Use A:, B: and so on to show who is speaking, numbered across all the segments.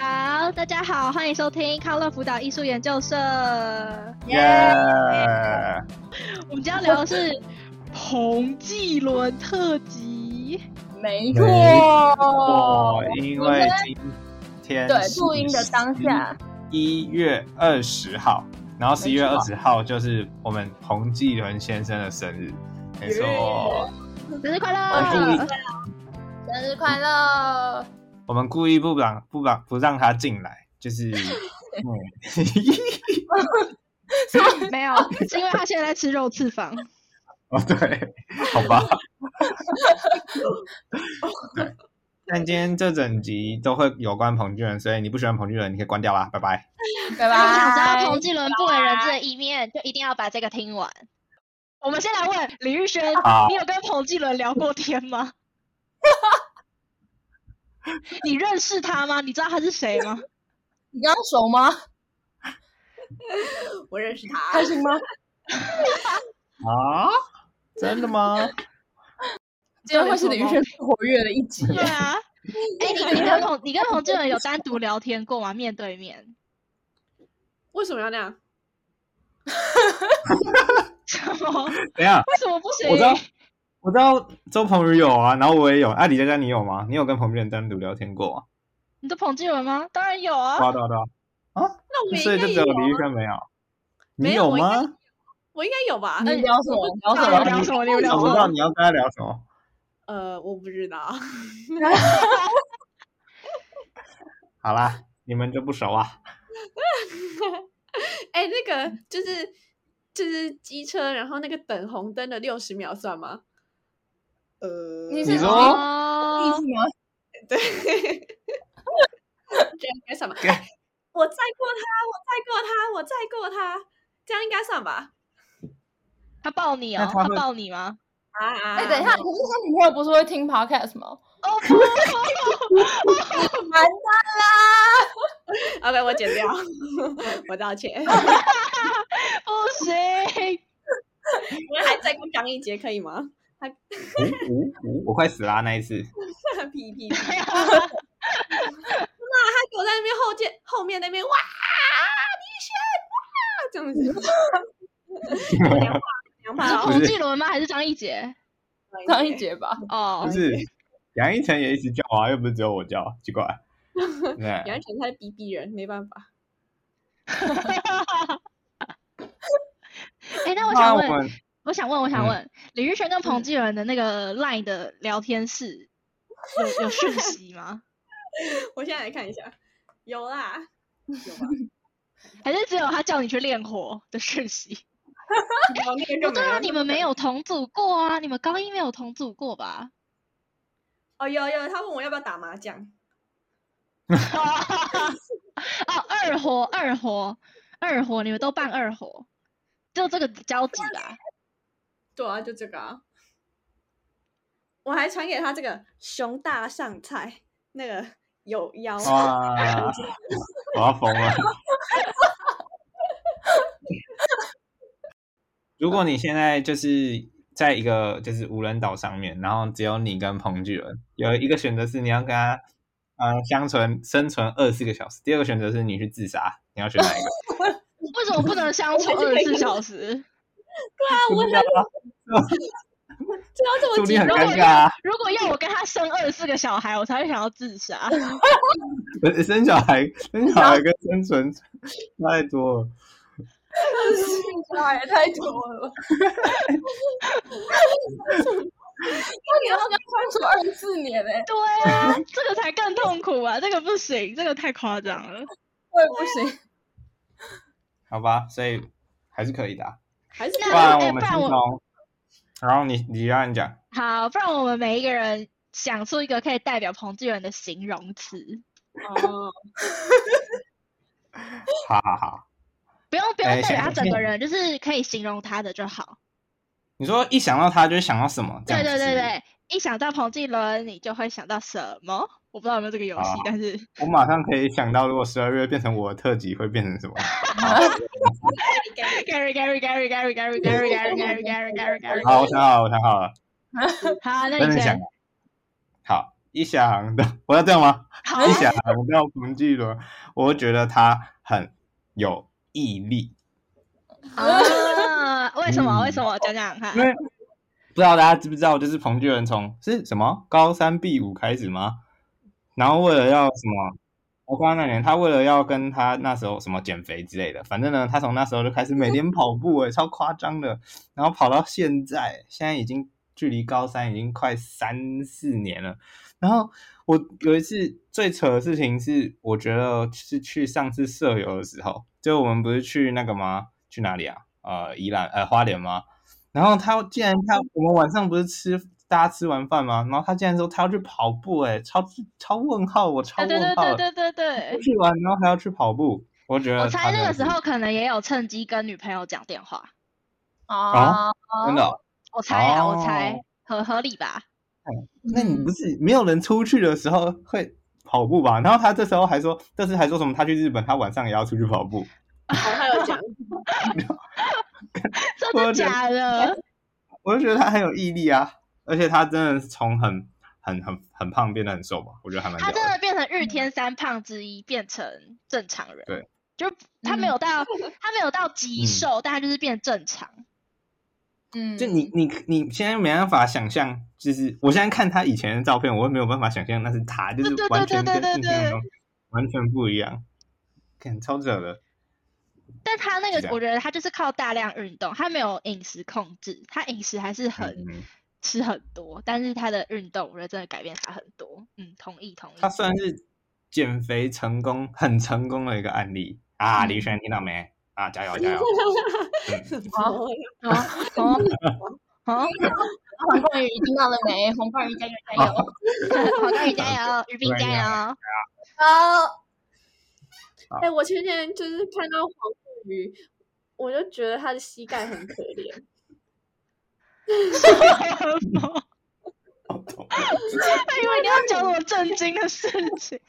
A: Hello，大家好，欢迎收听康乐辅导艺术研究社。
B: 耶！
A: 我们今天要聊的是彭继伦特辑。
C: 没
B: 没
C: 错
B: 我，因为今天
C: 哦对
B: 是
C: 录音的当下，
B: 一月二十号，然后十一月
C: 没
B: 二
C: 错
B: 十号就是我们彭继伦先生的生日，没错
C: 耶。
A: 生日快
B: 我
A: 乐
B: 故！
C: 生日快乐！
B: 我们故意不让不让不让他进来， 就是，嗯，
A: 没有，是因为他现在在吃肉翅 膀。
B: 哦对，好 吧。对，但今天这整集都会有关彭继伦，所以你不喜欢彭继伦，你可以关掉啦，拜 拜。
C: 拜
A: 如果想知道
C: 拜。
A: 彭继伦不为人知的一面，就一定要把这个听完。我们先来问李玉轩，
B: 好
A: 你有跟彭继伦聊过天 吗？你认识他吗？你知道他是谁吗？
C: 你跟他熟 吗？我认识他，开心吗？
B: 啊，真的吗？
C: 今天会是李宇轩最活跃的一集
A: 对
C: 耶。
A: 啊，哎、 你你跟彭你跟彭志伦有单独聊天过吗？面对面？
D: 为什么要那样？
A: 什么？为
B: 等一下，
A: 什么不行？
B: 我知道，我知道周鹏宇有啊，然后我也有。啊，李佳佳你有吗？你有跟彭于晏单独聊天过吗？
A: 你的彭志伦吗？当然有啊，
B: 对啊对啊对啊
D: 那我也
B: 所以
D: 应
B: 就
D: 该
B: 只
D: 有
B: 有
D: 啊，
B: 李玉轩没有。你
D: 没有
B: 吗？
D: 我应该有吧？
C: 你
D: 哎
C: 聊什么
D: 我不
C: 聊
D: 知道
C: 什么
D: 我
A: 聊什么你们聊
B: 我
A: 什
B: 不知道
A: 么？
B: 你要跟他聊什么。
D: 呃，我不知道，
B: 好啦，你们就不熟啊。
D: 哎、那个就是就是机车，然后那个等红灯的六十秒算吗？呃，
C: 你是
B: 你说
C: 意
A: 哦
C: 思吗？
D: 对， 这样应该算吧？哎
B: 给
D: 我载过他，我载过他，我载过他，这样应该算吧？
A: 他抱你
B: 那
A: 哦，
B: 他
A: 他
B: 会
A: 抱你吗？
D: 啊啊！
C: 哎，等一下，可是他女朋友不是会听 podcast 吗？
A: 哦，
C: 完蛋啦！
D: ，OK，我剪掉，我道歉。
A: 不 行，
D: 我还载过张一杰，可以吗？
B: 呜呜呜！我快死啦、那一次。
D: 屁 屁，他给我在那边后见后面那边哇，李轩哇，这样子。两
A: 是
D: 把
B: 不
A: 彭
B: 是
A: 志伦吗？还是张艺杰？
C: 张一杰吧，
A: 哦
B: 不，是，杨一晨也一直叫啊，又不是只有我叫，奇怪。对，
D: 杨晨他逼逼人，没办法。
A: 哎、那我
B: 那
A: 想
B: 我
A: 问，
B: 们
A: 我想问，我想
B: 嗯
A: 问，李玉轩跟彭志伦的那个 LINE 的聊天室有有讯息吗？
D: 我现在来看一下，有啦， 有吧？
A: 还是只有他叫你去练火的讯息？
D: 有那个
A: 不
D: 就
A: 对啊，你们没
D: 有。
A: 有同组过啊，你们高一没有同组过吧？
D: 哦，有有，他问我要不要打麻将，
A: 哦，二活二活二活，你们都办二活，就这个交集吧。
D: 对啊，就这个啊。我还传给他这个熊大上菜，那个有腰。
B: 哇，啊我要疯了！ 如果你现在就是在一个就是无人岛上面，然后只有你跟彭巨人，有一个选择是你要跟他呃相存生存二十四个小时，第二个选择是你去自杀，你要选哪一 个？
A: 为什么不能相处二十四小时？
B: 不知道啊，
D: 这要这
B: 说
D: 么
B: 不
D: 急
B: 定很
A: 如果
B: 尴尬啊！
A: 如果要我跟他生二十四个小孩，我才会想要自杀。
B: 不是生小孩，生小孩跟生存太多了。
C: 小孩也太多了。那你要跟他相处二十四年哎，
A: 对啊，这个才更痛苦啊！这个不行，这个太夸张了。
C: 我也不行。
B: 好吧，所以还是可以的啊、
D: 还是
A: 那
B: 不然
A: 哎
B: 我们
A: 不然
B: 先
A: 我
B: 从，然后你你让你讲。
A: 好，不然我们每一个人想出一个可以代表彭志远的形容词，
D: 哦，
B: 好好好，
A: 不用不用
B: 哎
A: 代表
B: 想
A: 他整个
B: 先
A: 人，就是可以形容他的就好。
B: 你说一想到他就会想到什么？这
A: 对
B: 样
A: 对
B: 子
A: 对
B: 是不是，
A: 对，一想到彭继伦，你就会想到什么？我不知道有没有这个游戏
B: 好，
A: 但是
B: 我马上可以想到，如果十二月变成我的特辑，会变成什么？好
A: Gary Gary Gary Gary Gary Gary Gary Gary Gary Gary Gary，
B: 好，我想好了，我想好了，
A: 好，那
B: 认
A: 你
B: 真想
A: 先。。
B: 好，一小航的，我要这样 吗？
A: 好
B: 一小航到冯巨伦，我会觉得他很有毅力。
A: 啊，为什么？
B: 嗯
A: 为什么？讲讲看
B: 因。为不知道大家知不知道，就是彭巨人从是什么高三 B 五开始吗？然后为了要什么，我刚刚那年他为了要跟他那时候什么减肥之类的，反正呢，他从那时候就开始每天跑步、欸，超夸张的。然后跑到现在，现在已经距离高三已经快三四年了。然后我有一次最扯的事情是，我觉得是去上次舍友的时候，就我们不是去那个吗？去哪里啊？呃，宜兰呃花莲吗？然后他竟然他我们晚上不是吃大家吃完饭吗？然后他竟然说他要去跑步、欸，哎，超超问号，我超
A: 对对
B: 问
A: 对
B: 号
A: 对
B: 了，
A: 对对对，
B: 去完然后还要去跑步，我觉得
A: 我猜
B: 他真
A: 那
B: 的
A: 个时
B: 是
A: 候可能也有趁机跟女朋友讲电话，
C: 哦，
B: 真的哦、
A: 我猜啊，我
B: 哦
A: 猜合合理吧？
B: 那你
C: 嗯
B: 不是没有人出去的时候会跑步吧？然后他这时候还说，这次还说什么？他去日本，他晚上也要出去跑步。
D: 好，他有讲，
A: 真
B: 我
A: 的
B: 觉得
A: 假的？
B: 我就觉得他很有毅力啊，而且他真的是从很很很很胖变得很瘦吧，我觉得还蛮屌
A: 他
B: 的
A: 真。的变成日天三胖之一，变成正常人。
B: 对，
A: 就他没有到、他没有到极
B: 嗯
A: 瘦，但他就是变正常。
C: 嗯，
B: 就你你你现在没办法想象，就是我现在看他以前的照片，我也没有办法想象那是他，就是
A: 对对
B: 完全
A: 对
B: 跟
A: 对
B: 印象中完全不一样，看超扯的。
A: 但他那
B: 是这
A: 个，
B: 样
A: 我觉得他就是靠大量运动，他没有饮食控制，他饮食还是很、
B: 嗯
A: 吃很多，但是他的运动，我觉得真的改变他很多。嗯，同意同意。
B: 他算是减肥成功很成功的一个案例啊！
A: 嗯
B: 李璇听到没？啊，加油加 油！ 嗯
D: 哦
C: 哦
A: 哦哦，
C: 啊黄冠宇听到了没？黄冠宇加油加油！
B: 哦
A: 黄冠宇加油，于斌
B: 对
A: 加油。
C: 好，
D: 哎、我前天就是看到黄富瑜，我就觉得他的膝盖很可怜。
B: 啊 好痛
A: 他以为你要讲什么震惊的事情。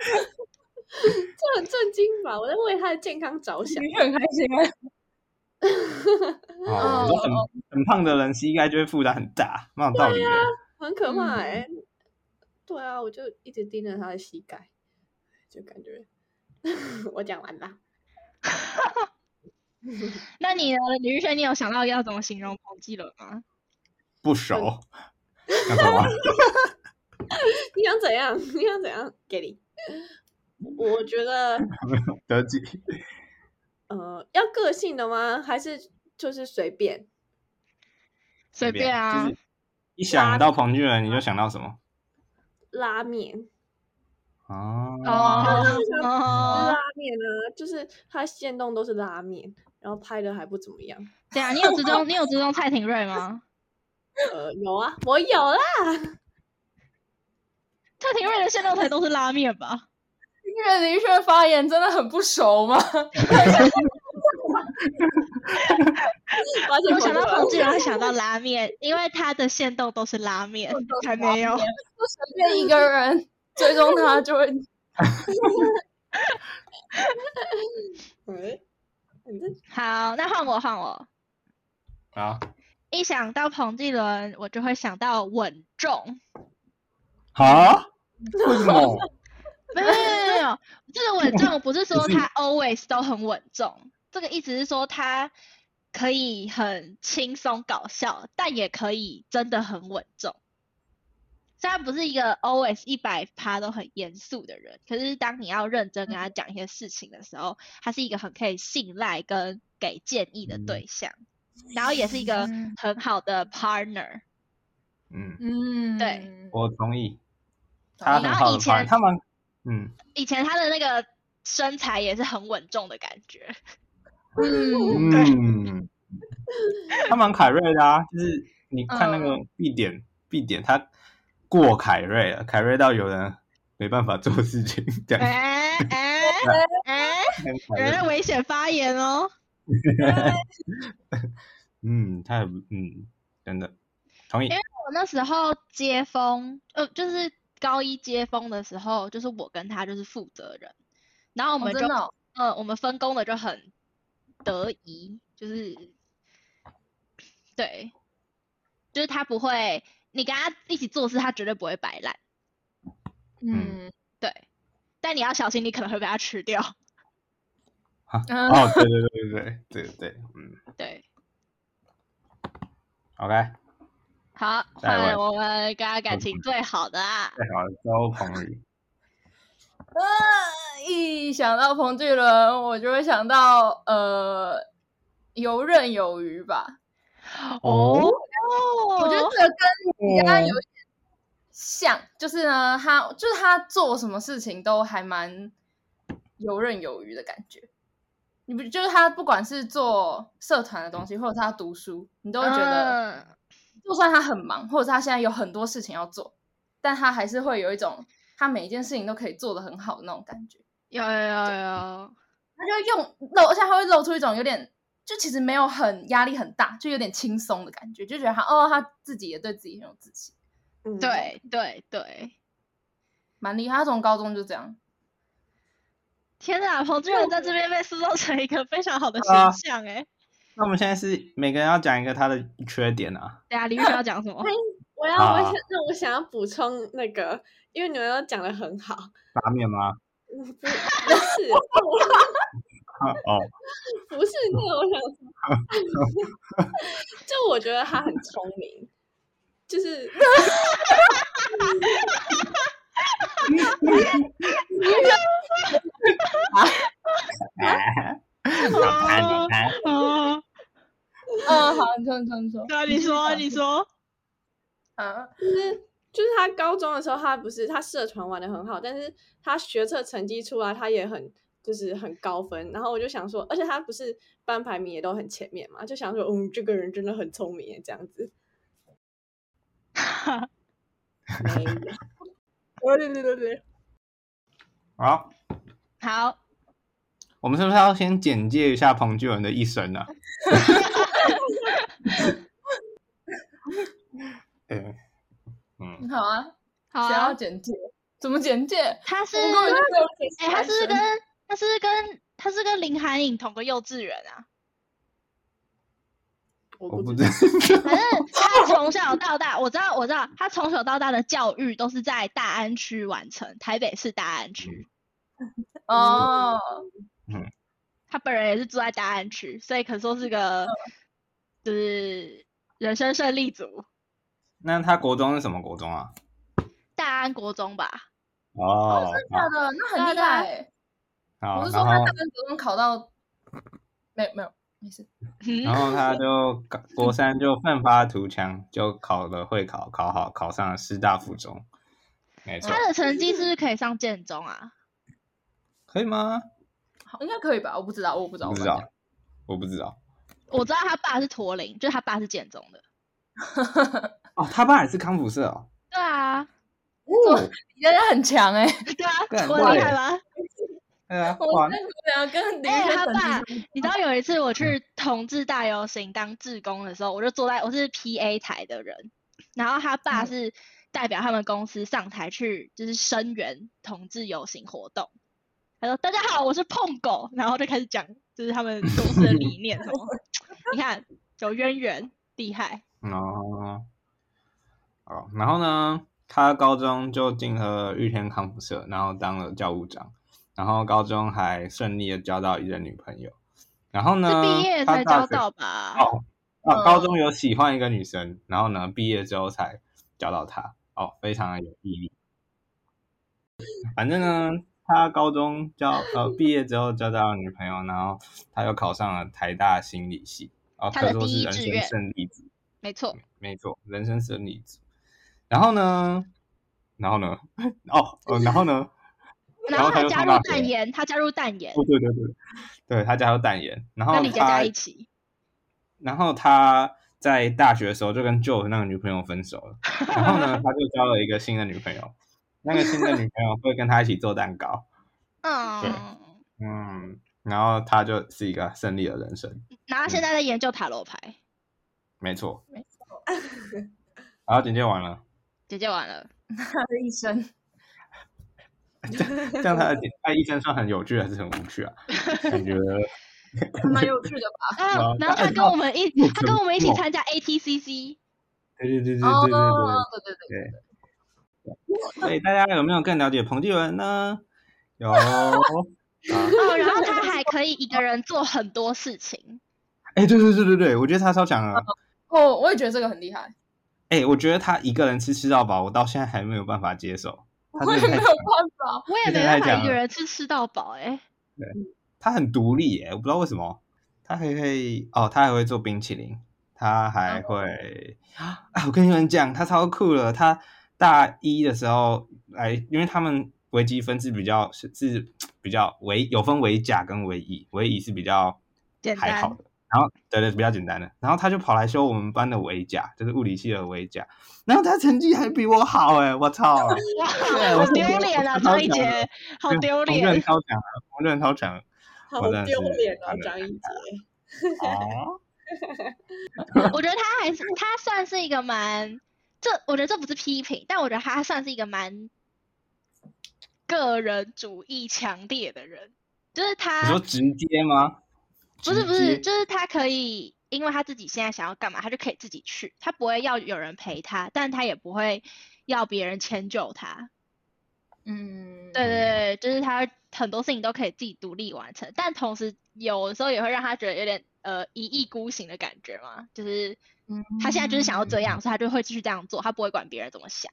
D: 这很震惊吧？我在为他的健康着想。
C: 你很开心啊！
B: 哦，你说很很胖的人膝盖就会负担很大，蛮有道理的。
A: 啊
D: 很可怕
C: 嗯
D: 哎、对啊，我就一直盯着他的膝盖，就感觉 我讲完啦。
A: 那你呢，李玉轩？你有想到要怎么形容彭继伦吗？
B: 不熟， 那什么？
D: 你想怎样？你想怎样？给你。我我觉得，
B: 德 基
D: 呃，要个性的吗？还是就是随便？
A: 随便啊，
B: 就是一想到彭俊仁，你就想到什么？
D: 拉面，
B: 哦，
A: 哦
D: 拉
A: 哦，
D: 面呢，就是他现动都是拉面，然后拍的还不怎么样。
A: 对啊，你有追踪你有追踪蔡廷瑞吗？
D: 呃，有啊，我有啦。
A: 蔡廷瑞的现状台都是拉面吧？
C: 因为林轩发言真的很不熟吗？
D: 而且
A: 我想到彭继伦会想到 拉面，因为他的现动都是拉面，还没有。
C: 就随便一个人追踪 他就会。
D: 哎，你这
A: 好，那换我换我。
B: 好，
A: 一想到彭继伦，我就会想到稳重。
B: 啊？为什么？
A: 没有没有没有没有，这个稳重不是说
B: 不是
A: 他 always 都很稳重，这个意思是说他可以很轻松搞笑，但也可以真的很稳重。虽然不是一个 always 一百趴都很严肃的人，可是当你要认真跟他讲一些事情的时候，他是一个很可以信赖跟给建议的
B: 嗯
A: 对象，然后也是一个
C: 嗯
A: 很好的 partner。
B: 嗯，
C: 嗯，
A: 对
B: 我同意，他很
A: 然后
B: 好的
A: 以前
B: partner，他们嗯，
A: 以前他的那个身材也是很稳重的感觉。
C: 嗯，
B: 嗯，他蛮凯瑞的啊，就是你
A: 嗯
B: 看那个必点必点，他过凯瑞了，凯瑞到有人没办法做事情，这样
A: 哎哎 哎，
B: 很
A: 有
B: 凯
A: 人在
B: 瑞。
A: 危险发言哦。
B: 嗯，他也不嗯，真的同意
A: 因为我那时候接风，呃，就是高一接风的时候，就是我跟他就是负责人，然后我
C: 我
A: 们
C: 们
A: 就、
C: 真的哦
A: 呃，我们分工的就很得宜，就是对，就是他不会你跟他一起做事，他绝对不会摆烂。
B: 嗯
C: 嗯
A: 对，但你要小心，你可能会被他吃掉。
C: 嗯，
B: 哦，对对对对对对对，嗯
A: 对，
B: ，OK，
A: 好，
B: 下一位
A: 换我们跟他感情最好的啊，
B: 最好了，周鹏宇，
C: 啊一想到彭巨伦，我就会想到呃游刃有余吧。
B: 哦
C: 我觉得
A: 哦，
C: 这个跟你刚刚有点像，就是呢，他就是他做什么事情都还蛮游刃有余的感觉。你不就是他，不管是做社团的东西，或者是他读书，你都会觉得，
A: 嗯
C: 就算他很忙，或者是他现在有很多事情要做，但他还是会有一种他每一件事情都可以做得很好的那种感觉。
A: 有有有有，
C: 他就会用露，而且他会露出一种有点，就其实没有很压力很大，就有点轻松的感觉，就觉得他哦，他自己也对自己很有自信，
D: 嗯，
A: 对对对，
C: 蛮厉害。他从高中就这样，
A: 天哪，彭俊仁在这边被塑造成一个非常好的
B: 啊
A: 形象哎、
B: 那我们现在是每个人要讲一个他的缺点啊，
A: 等一下李玉要讲 什么？
D: 我要
B: 啊
D: 我想那我想要补充那个，因为你们都讲的很好，嗯
B: 打面吗？
D: 不 不是
B: 啊哦，
D: 不是那个，我想说 就我觉得他很聪明，就是
B: 啊 你看
A: 哦，
C: 嗯，好，你说，你说，你说，
A: 对啊，你说你说，
C: 嗯，
D: 就是就是他高中的时候，他不是他社团玩的很好，但是他学测成绩出来，他也很就是很高分。然后我就想说，而且他不是班排名也都很前面嘛，就想说，嗯，这个人真的很聪明耶，这样 子。没有我 对对对对，
B: 好，
A: 好，
B: 我们是不是要先简介一下彭巨文的一生呢、啊？ 对，嗯，
C: 好啊，
A: 好
C: 谁要
A: 啊，
C: 简介？怎么简介？
A: 他是，
C: 我根本就没有解释
A: 哎、他是不是
C: 人生
A: 跟他是不是跟他是跟林涵颖同个幼稚园啊，
D: 我
B: 我
D: 不
B: 不
D: 知
B: 知
D: 道。
B: 道，
A: 反正 他从小到大，我知道我知道，他从小到大的教育都是在大安区完成，台北市大安区，
C: 哦，
A: 嗯他本人也是住在大安区，所以可说是个就是人生胜利组，
B: 那他国中是什么国中啊？
A: 大安国中吧，
B: 哦，
C: 真的假的，那很厉
A: 对啊
C: 害
A: 对
C: 欸。
B: 好，
C: 我是
B: 然
C: 说他
B: 后
C: 大专高中考到，没有没有，没事。
B: 然
A: 嗯，
B: 后他就搞国三就奋发图强，就考了会考，考好考上了师大附中，没错，
A: 他的成绩是不是可以上建中啊？
B: 可以吗？
C: 好，应该可以吧？我不知道，我不知道，
B: 不知
C: 我乱
B: 道，我不知道。
A: 我知道他爸是驼铃，就是他爸是建中的，
C: 讲。
B: 哦，他爸也是康复社哦。
A: 对啊，
C: 你真的很强哎，
A: 对啊，
B: 干
A: 我厉
B: 对
A: 害吧？
B: 对啊，
C: 我
B: 哇，
C: 真的没有跟林
A: 哎
C: 轩
A: 他
C: 等
A: 爸
C: 级
A: 你知道有一次我去同志大游行当志工的时候，我就坐在我是 PA 台的人，然后他爸
C: 嗯
A: 是代表他们公司上台去就是声援同志游行活动。他说：“大家好，我是碰狗。”然后就开始讲就是他们公司的理念 什么。你看有渊源，厉害。
B: 哦，哦，然后呢，他高中就进了玉天康复社，然后当了教务长，然后高中还顺利的交到一任女朋友，然后
A: 是
B: 呢，
A: 毕业
B: 他
A: 才
B: 大
A: 交
B: 学
A: 到吧？
B: 哦，啊，
C: 嗯
B: 高中有喜欢一个女生，然后呢，毕业之后才交到她，哦，非常的有毅力。反正呢，他高中交呃毕业之后交到了女朋友，然后他又考上了台大心理系，哦，
A: 他
B: 可
A: 的
B: 说
A: 第
B: 是
A: 一
B: 人
A: 志
B: 生
A: 愿
B: 胜利组，
A: 没错，
B: 没错，人生胜利组。然后呢，然后呢，哦，呃，然后呢，然
A: 然后
B: 后他
A: 他
B: 就
A: 加
B: 上
A: 入
B: 大学
A: 淡盐，他加入淡盐
B: 哦，，对对对，对他加入淡盐，然后
A: 跟李佳
B: 他
A: 佳一起。
B: 然后他在大学的时候就跟旧的那个女朋友分手了，然后呢，他就交了一个新的女朋友，那个新的女朋友会跟他一起做蛋糕，
A: 嗯，
B: 嗯，然后他就是一个胜利的人生，
A: 然后现在在研究塔罗牌，
B: 没错，
C: 没错，
B: 然后简介完了，
A: 姐姐完了。
C: 他的一 生。
B: 这样他的简他一生算很有趣还是很无趣啊？感觉
C: 蛮有趣的吧？
A: 啊，
B: 然后
A: 然后
B: 他
A: 他跟我们一，他跟我们一起
B: 梦
A: 参加 ATCC，
B: 对对对对
C: 哦
B: 对对对。
C: 对对对，
B: 所以大家有没有更了解彭继文呢？ 有啊，
A: 哦，然后他还可以一个人做很多事情，
B: 哎、对对对对对，我觉得他超强啊了。
C: 哦，我也觉得这个很厉害，
B: 哎、我觉得他一个人吃吃到饱，我到现在还没有办法接受。他
C: 我也
B: 真
C: 没
B: 的
C: 有
B: 太强了
C: 办法。
A: 我也
B: 这
A: 没
B: 太
A: 办
B: 强
A: 法一个
B: 了
A: 人吃吃到饱哎、
B: 他很独立耶，我不知道为什么，他还可以哦，他还会做冰淇淋，他还会啊、我跟你们讲，他超酷了，他大一的时候来，因为他们微积分是比较是是比较微有分微甲跟微乙，微乙是比较
A: 简单
B: 还好的。然后对对，比较简单的。然后他就跑来修我们班的微甲，就是物理系的微甲。然后他成绩还比我好哎，我操！
A: 哇，
B: 对我
A: 好
B: 是
A: 丢
B: 觉得
A: 脸啊，
B: 我超
A: 张一
B: 强
A: 杰
B: 的，
A: 好丢
B: 红人
A: 脸。
B: 超强的，红人超 强的。
D: 好
B: 我真的
D: 丢
B: 是
D: 脸
B: 看
D: 哦，
B: 得
D: 张一杰。
B: 哦，
A: 我觉得他还是他算是一个蛮，这我觉得这不是批评，但我觉得他算是一个蛮个人主义强烈的人，就是他
B: 你说直接吗？
A: 不是不
B: 直
A: 是，
B: 接
A: 就是他可以，因为他自己现在想要干嘛，他就可以自己去，他不会要有人陪他，但他也不会要别人迁就他。
C: 嗯，
A: 对对对，就是他很多事情都可以自己独立完成，但同时有的时候也会让他觉得有点呃一意孤行的感觉嘛，就是
C: 嗯
A: 他现在就是想要这
B: 嗯
A: 样，所以他就会继续这样做，他不会管别人怎么想。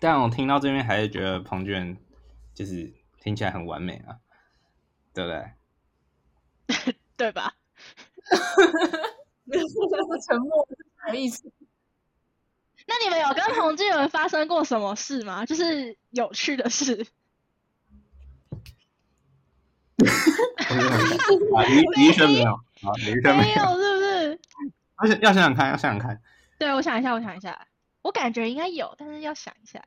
B: 但我听到这边还是觉得彭俊就是听起来很完美啊，对不对？
A: 对吧？
C: 沉默是什么意思？
A: 那你们有跟洪志文发生过什么事吗？就是有趣的事。
B: 啊，李李轩没有，好，李轩
A: 没
B: 没有，
A: 有，是不是？
B: 而且要想想看，要想想看，
A: 对，我想一下，我想一下，我感觉应该有，但是要想一下。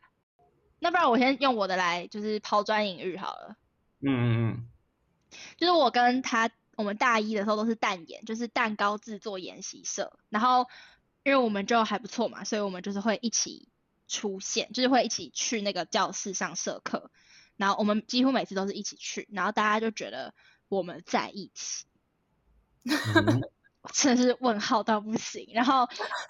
A: 那不然我先用我的来，就是抛砖引玉好了。
B: 嗯嗯嗯，
A: 就是我跟他，我们大一的时候都是蛋研，就是蛋糕制作研习社。然后因为我们就还不错嘛，所以我们就是会一起出现，就是会一起去那个教室上社课。然后我们几乎每次都是一起去，然后大家就觉得我们在一起。
B: 嗯
A: 我真的是问号到不行。然后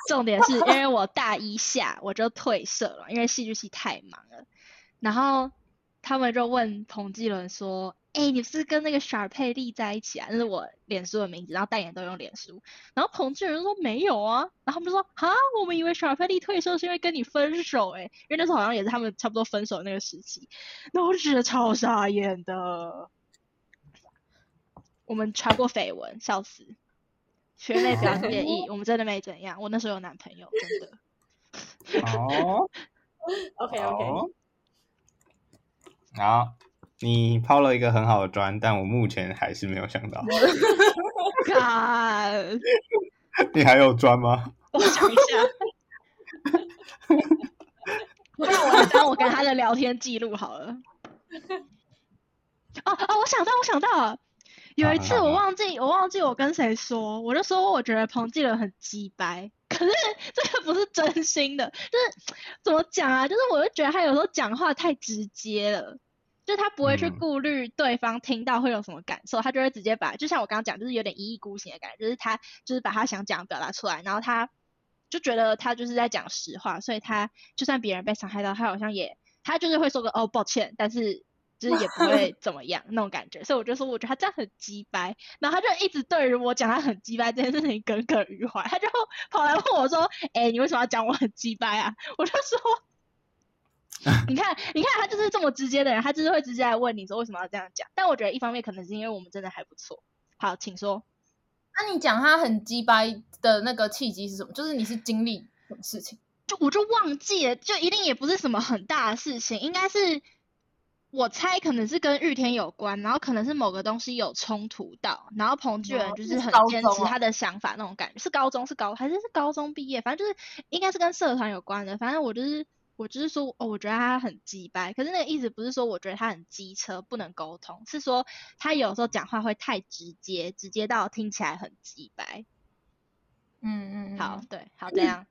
A: 重点是因为我大一下我就退社了，因为戏剧系太忙了。然后他们就问彭继伦说：“哎、你不是跟那个小佩丽在一起啊？”那是我脸书的名字，然后代言都用脸书。然后彭继伦就说没有啊，然后他们就说：“啊，我们以为小佩丽退社是因为跟你分手、欸，因为那时候好像也是他们差不多分手的那个时期。”然后我就觉得超傻眼的。我们传过绯闻，笑死。学妹不要介意，我们真的没怎样。我那时候有男朋友，真的。
B: 哦
D: OK OK，
B: 哦，好，你抛了一个很好的砖，但我目前还是没有想 到，
A: 看，
B: 你还有砖吗？
A: 我想 一下。不然我来当我跟他的聊天记录好了。哦哦，我想到，我想到了，有一次
B: 好好
A: 我
B: 好
A: 忘记，我忘记我跟谁说，我就说我觉得彭继伦很鸡掰，可是这个不是真心的，就是怎么讲啊？就是我就觉得他有时候讲话太直接了。就是他不会去
B: 嗯
A: 顾虑对方听到会有什么感受，他就会直接把，就像我刚刚讲，就是有点一意孤行的感觉，就是他就是把他想讲的表达出来，然后他就觉得他就是在讲实话，所以他就算别人被伤害到，他好像也他就是会说个哦抱歉，但是就是也不会怎么样那种感觉，所以我就说我觉得他这样很鸡掰，然后他就一直对于我讲他很鸡掰这件事情耿耿于怀，他就跑来问我说，哎、你为什么要讲我很鸡掰啊？我就说。你看，你看，他就是这么直接的人，他就是会直接来问你说为什么要这样讲。但我觉得一方面可能是因为我们真的还不错。好，请说。
C: 那你讲他很鸡掰的那个契机是什么？就是你是经历什么事情？
A: 就我就忘记了，就一定也不是什么很大的事情，应该是我猜可能是跟玉天有关，然后可能是某个东西有冲突到，然后彭巨
C: 哦
A: 人就
C: 那
A: 是
C: 是
A: 很
C: 高
A: 坚
C: 中
A: 持
C: 哦
A: 他的想法那种感觉，是高中是高还是是高中毕业，反正就是应该是跟社团有关的，反正我就是。我就是说，哦，我觉得他很鸡掰，可是那个意思不是说我觉得他很机车，不能沟通，是说他有时候讲话会太直接，直接到听起来很鸡掰。
C: 嗯嗯，嗯
A: 好，，对，好这 样。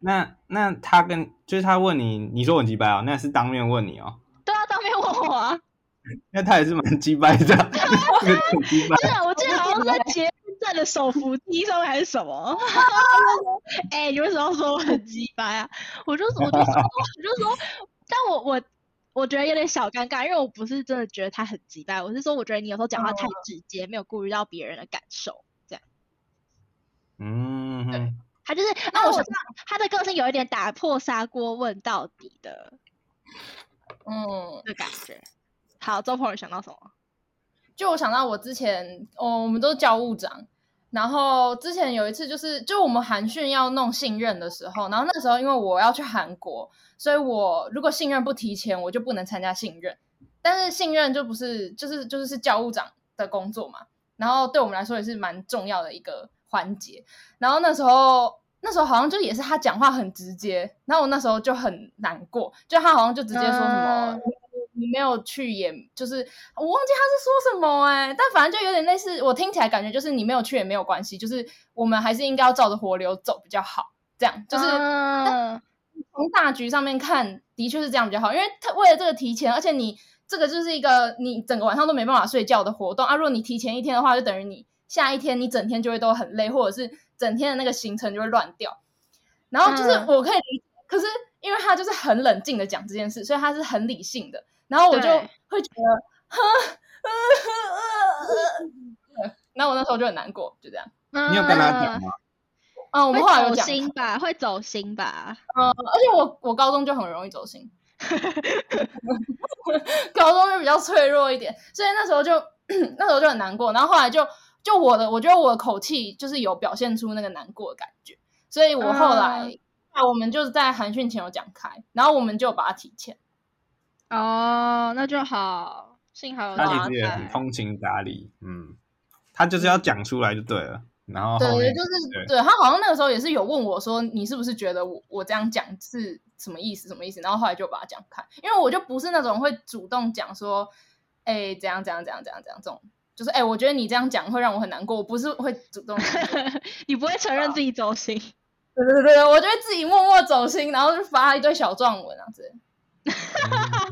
B: 那那他跟就是他问你，你说我很鸡掰哦，那是当面问你哦，
A: 对啊，当面问我啊。
B: 那他也是蛮鸡掰的，这个很鸡掰。
A: 是啊，我记得好像是在节目证的手扶梯上面还是什么？ 哎、你为什么要说我很鸡巴呀？我就我就说我就说，但我我我觉得有点小尴尬，因为我不是真的觉得他很鸡巴，我是说我觉得你有时候讲话太直接，没有顾虑到别人的感受。
B: 嗯哼，
A: 他就是，
C: 那
A: 哦，
C: 我
A: 我
C: 想
A: 知道他的个性有一点打破砂锅问到底的
C: 嗯，
A: 的感觉。好，周鹏宇想到什么？
C: 就我想到我之前，哦，我们都是教务长，然后之前有一次就是，就我们韩训要弄信任的时候，然后那时候因为我要去韩国，所以我如果信任不提前，我就不能参加信任。但是信任就不是，就是就是是教务长的工作嘛，然后对我们来说也是蛮重要的一个环节。然后那时候。那时候好像就也是他讲话很直接，然后我那时候就很难过，就他好像就直接说什么、
A: 嗯
C: 你没有去也，就是我忘记他是说什么哎、但反正就有点类似，我听起来感觉就是你没有去也没有关系，就是我们还是应该要照着火流走比较好，这样就是
A: 嗯
C: 从大局上面看，的确是这样比较好，因为他为了这个提前，而且你这个就是一个你整个晚上都没办法睡觉的活动啊。如果你提前一天的话，就等于你下一天你整天就会都很累，或者是整天的那个行程就会乱掉。然后就是
A: 嗯
C: 我可以理解，可是因为他就是很冷静的讲这件事，所以他是很理性的，然后我就
A: 对
C: 会觉得，呵呃呃呃呃呃，然后我那时候就很难过，就这样。
B: 你有跟他讲
A: 嗯
B: 吗？
C: 嗯，我们后来
A: 会
C: 有
A: 走
C: 讲，
A: 心吧，会走心吧。
C: 而且我我高中就很容易走心，高中就比较脆弱一点，所以那时候就 那时候就很难过。然后后来就就我的，我觉得我的口气就是有表现出那个难过的感觉，所以我后来、啊，我们就是在寒训前有讲开，然后我们就把它提前。
A: 哦，那就好，幸好有啊
B: 他
A: 打
B: 其实也很
A: 开。
B: 通情达理，嗯，他就是要讲出来就对了，然后
C: 对
B: 后
C: 对，
B: 面
C: 就是
B: 对
C: 对他好像那个时候也是有问我说，你是不是觉得我我这样讲是什么意思？什么意思？然后后来就把它讲开，因为我就不是那种会主动讲说，哎，怎样怎样怎样怎样怎样这种，就是哎，我觉得你这样讲会让我很难过，我不是会主动 讲。
A: 你不会承认自己走心，
C: 对对对，对我就会自己默默走心，然后就发一堆小状文啊，之类的，
B: 嗯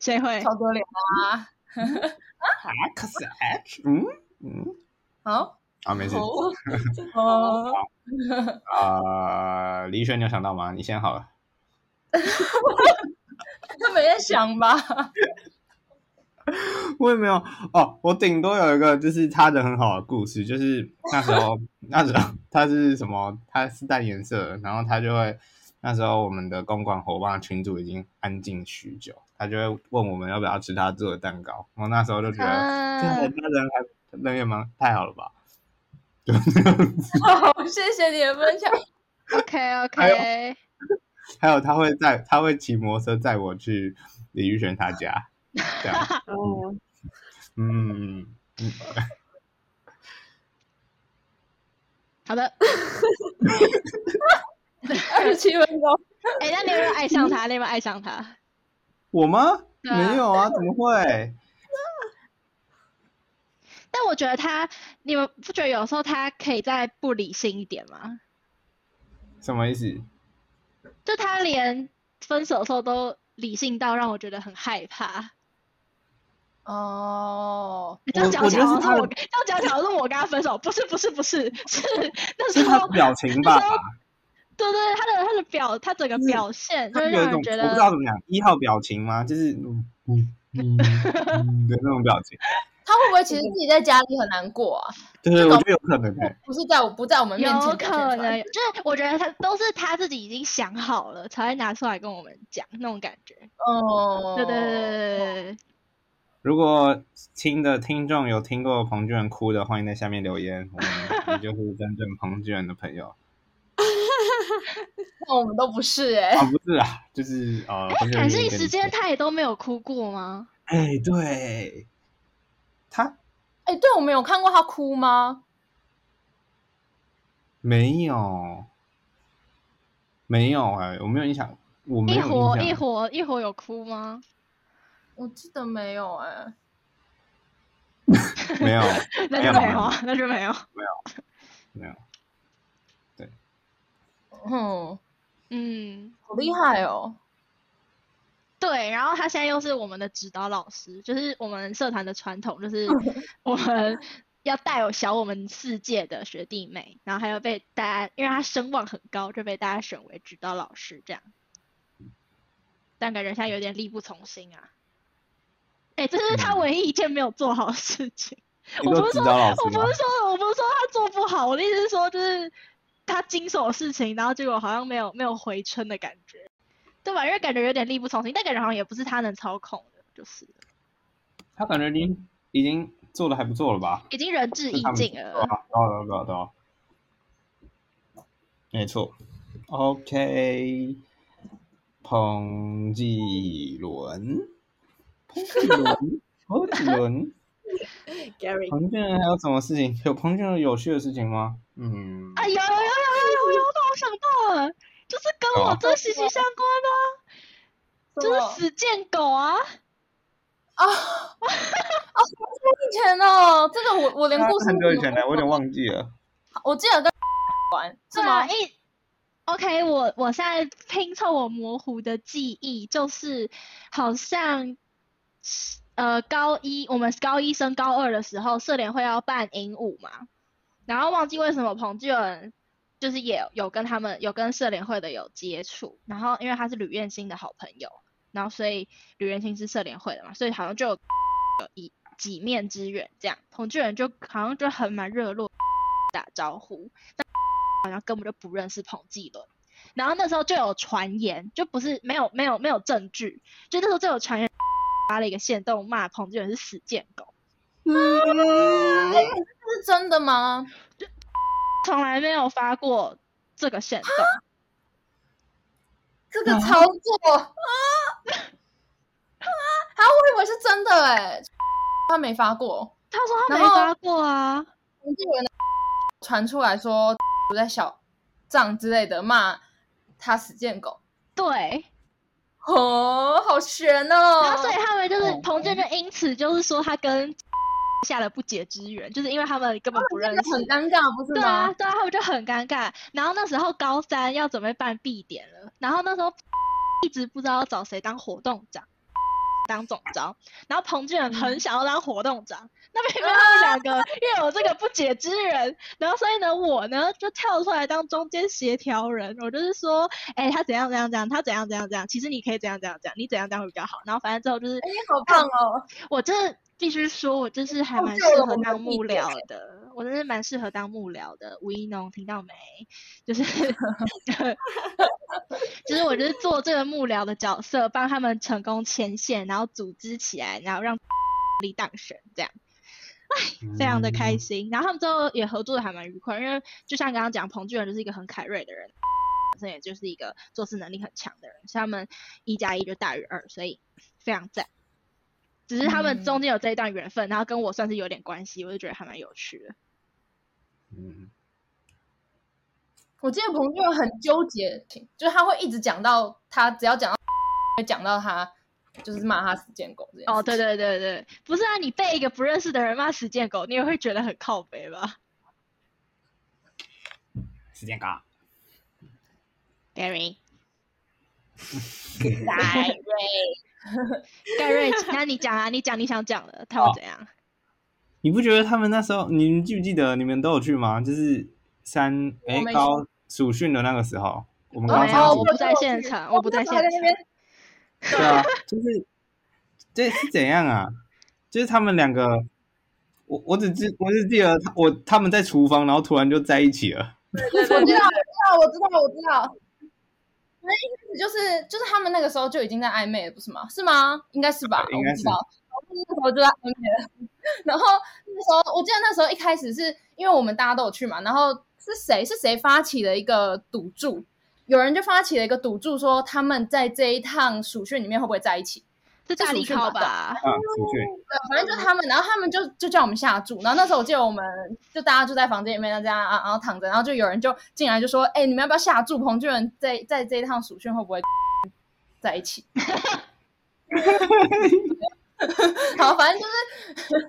A: 谁会？
C: 超丢脸啊！
B: 啊 X H，嗯嗯，
C: 好，
B: 啊，没事
D: 哦，
C: 哦，
B: 啊，李轩，你有想到吗？你先好了，
C: 他没在想吧？
B: 我也没有哦，我顶多有一个就是他人很好的故事，就是那 时候那时候他是什么？他是淡颜色的，然后他就会那时候我们的公关伙伴群组已经安静许久，他就会问我们要不要吃他做的蛋糕，我那时候就觉得。这
A: 啊
B: 人那人还人也蛮太好了吧？
C: 好，谢谢你的分享。
A: ，OK
B: 还
A: OK，
B: 还有他会载他会骑摩托车载我去李玉璇他 家，这样，
D: 哦
B: 嗯，嗯嗯
A: 好的。
C: 二十七分 钟，
A: 哎，那你有没有爱上他？你有没有爱上他？
B: 我吗？
A: 对啊
B: 没有啊，怎么会？
A: 但我觉得他，你们不觉得有时候他可以再不理性一点吗？
B: 什么 意思？
A: 就他连分手的时候都理性到让我觉得很害怕。
C: 哦，
A: 这样
B: 我
A: 讲
B: 我
A: 起
B: 觉
A: 来
B: 得
A: 好像
B: 是他
A: 是
B: 的
A: 我，这样讲起来好像是我跟他分手，不是不是不是， 是那
B: 是
A: 时
B: 他
A: 候
B: 的表情吧
A: 那时？候对对，他的他的表，他整个表现就
B: 他
A: 会
B: 有
A: 让
B: 一种
A: 人觉
B: 我不
A: 得
B: 知道怎么讲，一号表情吗？就是嗯嗯嗯嗯的那种表情，
C: 他会不会其实自己在家里很难过啊？
B: 对对，我觉得有可能欸
C: 不是在我不在我们面前
A: 有
C: 表现出
A: 可
C: 来
A: 能，就是我觉得他都是他自己已经想好了，才会拿出来跟我们讲那种感觉。
C: 哦，
A: 对对对对对对，
B: 如果听的听众有听过彭俊哭的，欢迎在下面留言，我 们你就是真正彭俊的朋友
C: 那我们都不是哎、
B: 啊，不是啊，就是呃，彭
A: 对
B: 俊
A: 哎感
B: 就是
A: 性
B: 跟
A: 时
B: 你
A: 间他也都没有哭过吗？
B: 哎，对，他
C: 哎、对我们有看过他哭吗？
B: 没有，没有哎、我没有印象，我没
A: 一
B: 有印
A: 活
B: 象。
A: 一活一活有哭吗？
C: 我记得没有哎、
B: 没有，
A: 那
B: 没
A: 就
B: 有
A: 没有啊，那就没有。
B: 没有。
C: 嗯，
A: 嗯，
C: 好厉害哦。
A: 对，然后他现在又是我们的指导老师，就是我们社团的传统，就是我们要带有小我们四届的学弟妹，然后还有被大家，因为他声望很高，就被大家选为指导老师这样。但感觉现在有点力不从心啊。哎、这是他
B: 嗯
A: 唯一一件没有做好的事情。
B: 你
A: 我
B: 说
A: 不是
B: 指
A: 说，
B: 导老
A: 我
B: 师吗
A: 不？是说，我不是说他做不好，我的意思是说，就是他经手的事情，然后结果好像没有没有回春的感觉，对吧？因为感觉有点力不从心，但感觉好像也不是他能操控的，就是了
B: 他感觉已经已经做的还不错了吧？
A: 已经仁至义
B: 他们
A: 尽
B: 对
A: 了
B: 啊，。对啊，对啊，对啊，没错。OK，彭继伦， 彭继伦，彭继伦，
D: Gary，
B: 彭继伦还有什么事情？有彭继伦有趣的事情吗？嗯，
A: 哎，有有有有有有有，我想到了，就是跟我
B: 哦
A: 这息息相关啊，
C: 什
A: 就
C: 么
A: 是死贱狗啊，
C: 哦哦，以前哦，这个我我连
B: 他
C: 故事
B: 很久以
C: 都
B: 前的，我有点忘记了。
C: 我记得跟玩是
A: 对
C: 吗
A: 啊，？一 OK，我我现在拼凑我模糊的记忆，就是好像是呃高一我们高一升高二的时候，社联会要办迎舞嘛，然后忘记为什么彭俊仁就是也有跟他们有跟社联会的有接触，然后因为他是吕彦兴的好朋友，然后所以吕彦兴是社联会的嘛，所以好像就有有一几面之缘这样，彭俊仁就好像就很蛮热络打招呼。不认识彭继伦。然后那时候就有传言，就不是没有没有没有证据，就那时候就有传言发了一个线动骂彭继伦是死贱狗，
D: 哎
C: 这是真的吗？
A: 从来没有发过这个线动。
C: 这个
B: 嗯
C: 操作 啊啊！啊！我以为是真的哎，他没发过，
A: 他说他
C: 然
A: 没
C: 后
A: 发过啊，
C: 传出来说 我在小账之类的骂他死贱狗，
A: 对，
C: 哦，好悬哦！
A: 然后所以他们就是
B: 哦
A: 彭建就因此就是说他跟 下了不解之缘，就是因为他们根本不认
C: 真
A: 识
C: 的。很尴尬，不是
A: 对啊
C: 吗？，
A: 对啊，他们就很尴尬。然后那时候高三要准备办毕典了，然后那时候一直不知道要找谁当活动长、当总招，然后彭俊
C: 嗯
A: 仁很想要当活动长，那边因
C: 啊
A: 为他们两个又有这个不解之缘，然后所以呢，我呢就跳出来当中间协调人，我就是说，哎、他怎样怎样怎样，他怎样怎样怎样，其实你可以怎样怎样怎样，你怎样怎样会比较好。然后反正之后就是
C: 哎，你好棒哦！
A: 我真的必须说，我就是还
C: 哦
A: 蛮
C: 这
A: 适
C: 个
A: 合
C: 我
A: 当
C: 能理
A: 幕
C: 解
A: 僚的，我真是蛮适合当幕僚的。吴一农听到没？就是，就是我就是做这个幕僚的角色，帮他们成功牵线，然后组织起来，然后让力当选，这样 非常的开心。然后他们之后也合作的还蛮愉快，因为就像刚刚讲，彭俊仁就是一个很凯瑞的人，本身也就是一个做事能力很强的人，所以他们一加一就大于二，所以非常赞。只是他们中间有这一段缘分，然后跟我算是有点关系，我就觉得还蛮有趣的。
B: 嗯。
C: 我记得彭俊很纠结，就是他会一直讲到他，只要讲到会讲到他，就是骂他死贱狗这件
A: 哦，
C: 事
A: 对对对对，不是啊，你被一个不认识的人骂死贱狗，你也会觉得很靠北吧
B: 时间嘎，
A: ？Gary，
C: 来瑞，
A: 盖瑞，那你讲啊，你讲你想讲的，他会
B: 好
A: 怎样？
B: 你不觉得他们那时候，你们记不记得你们都有去吗？就是三哎
C: 我没去
B: 高暑训的那个时候，我们
A: 哦
B: 高
A: 没
B: 三
A: 有
B: 暑
A: 我不在现场我不在现场
C: 我那时候还在那边
B: 对啊，就是这是怎样啊？就是他们两个，我我只记我只记得他我他们在厨房，然后突然就在一起了。
D: 对
C: 我
D: 对
C: 知
D: 对
C: 道，我知道，我知道，我知道。那一开始就是就是他们那个时候就已经在暧昧了，不是吗？是吗？应该是吧，
B: 啊应
C: 我
B: 该
C: 不知
B: 是
C: 道。然后那个时候就在暧昧了，然后那时候我记得那时候一开始是因为我们大家都有去嘛，然后是谁是谁发起了一个赌注，有人就发起了一个赌注，说他们在这一趟暑训里面会不会在一起？
A: 是
C: 这
A: 大
C: 属
A: 力
C: 性
A: 靠
C: 吧
A: 吧？
B: 啊，暑训，
C: 对，反正就他们，然后他们就就叫我们下注，然后那时候我记得我们就大家就在房间里面，大家啊然后躺着，然后就有人就进来就说，哎、你们要不要下注？彭俊仁在在这一趟暑训会不会 在一起？ 好，反正就是。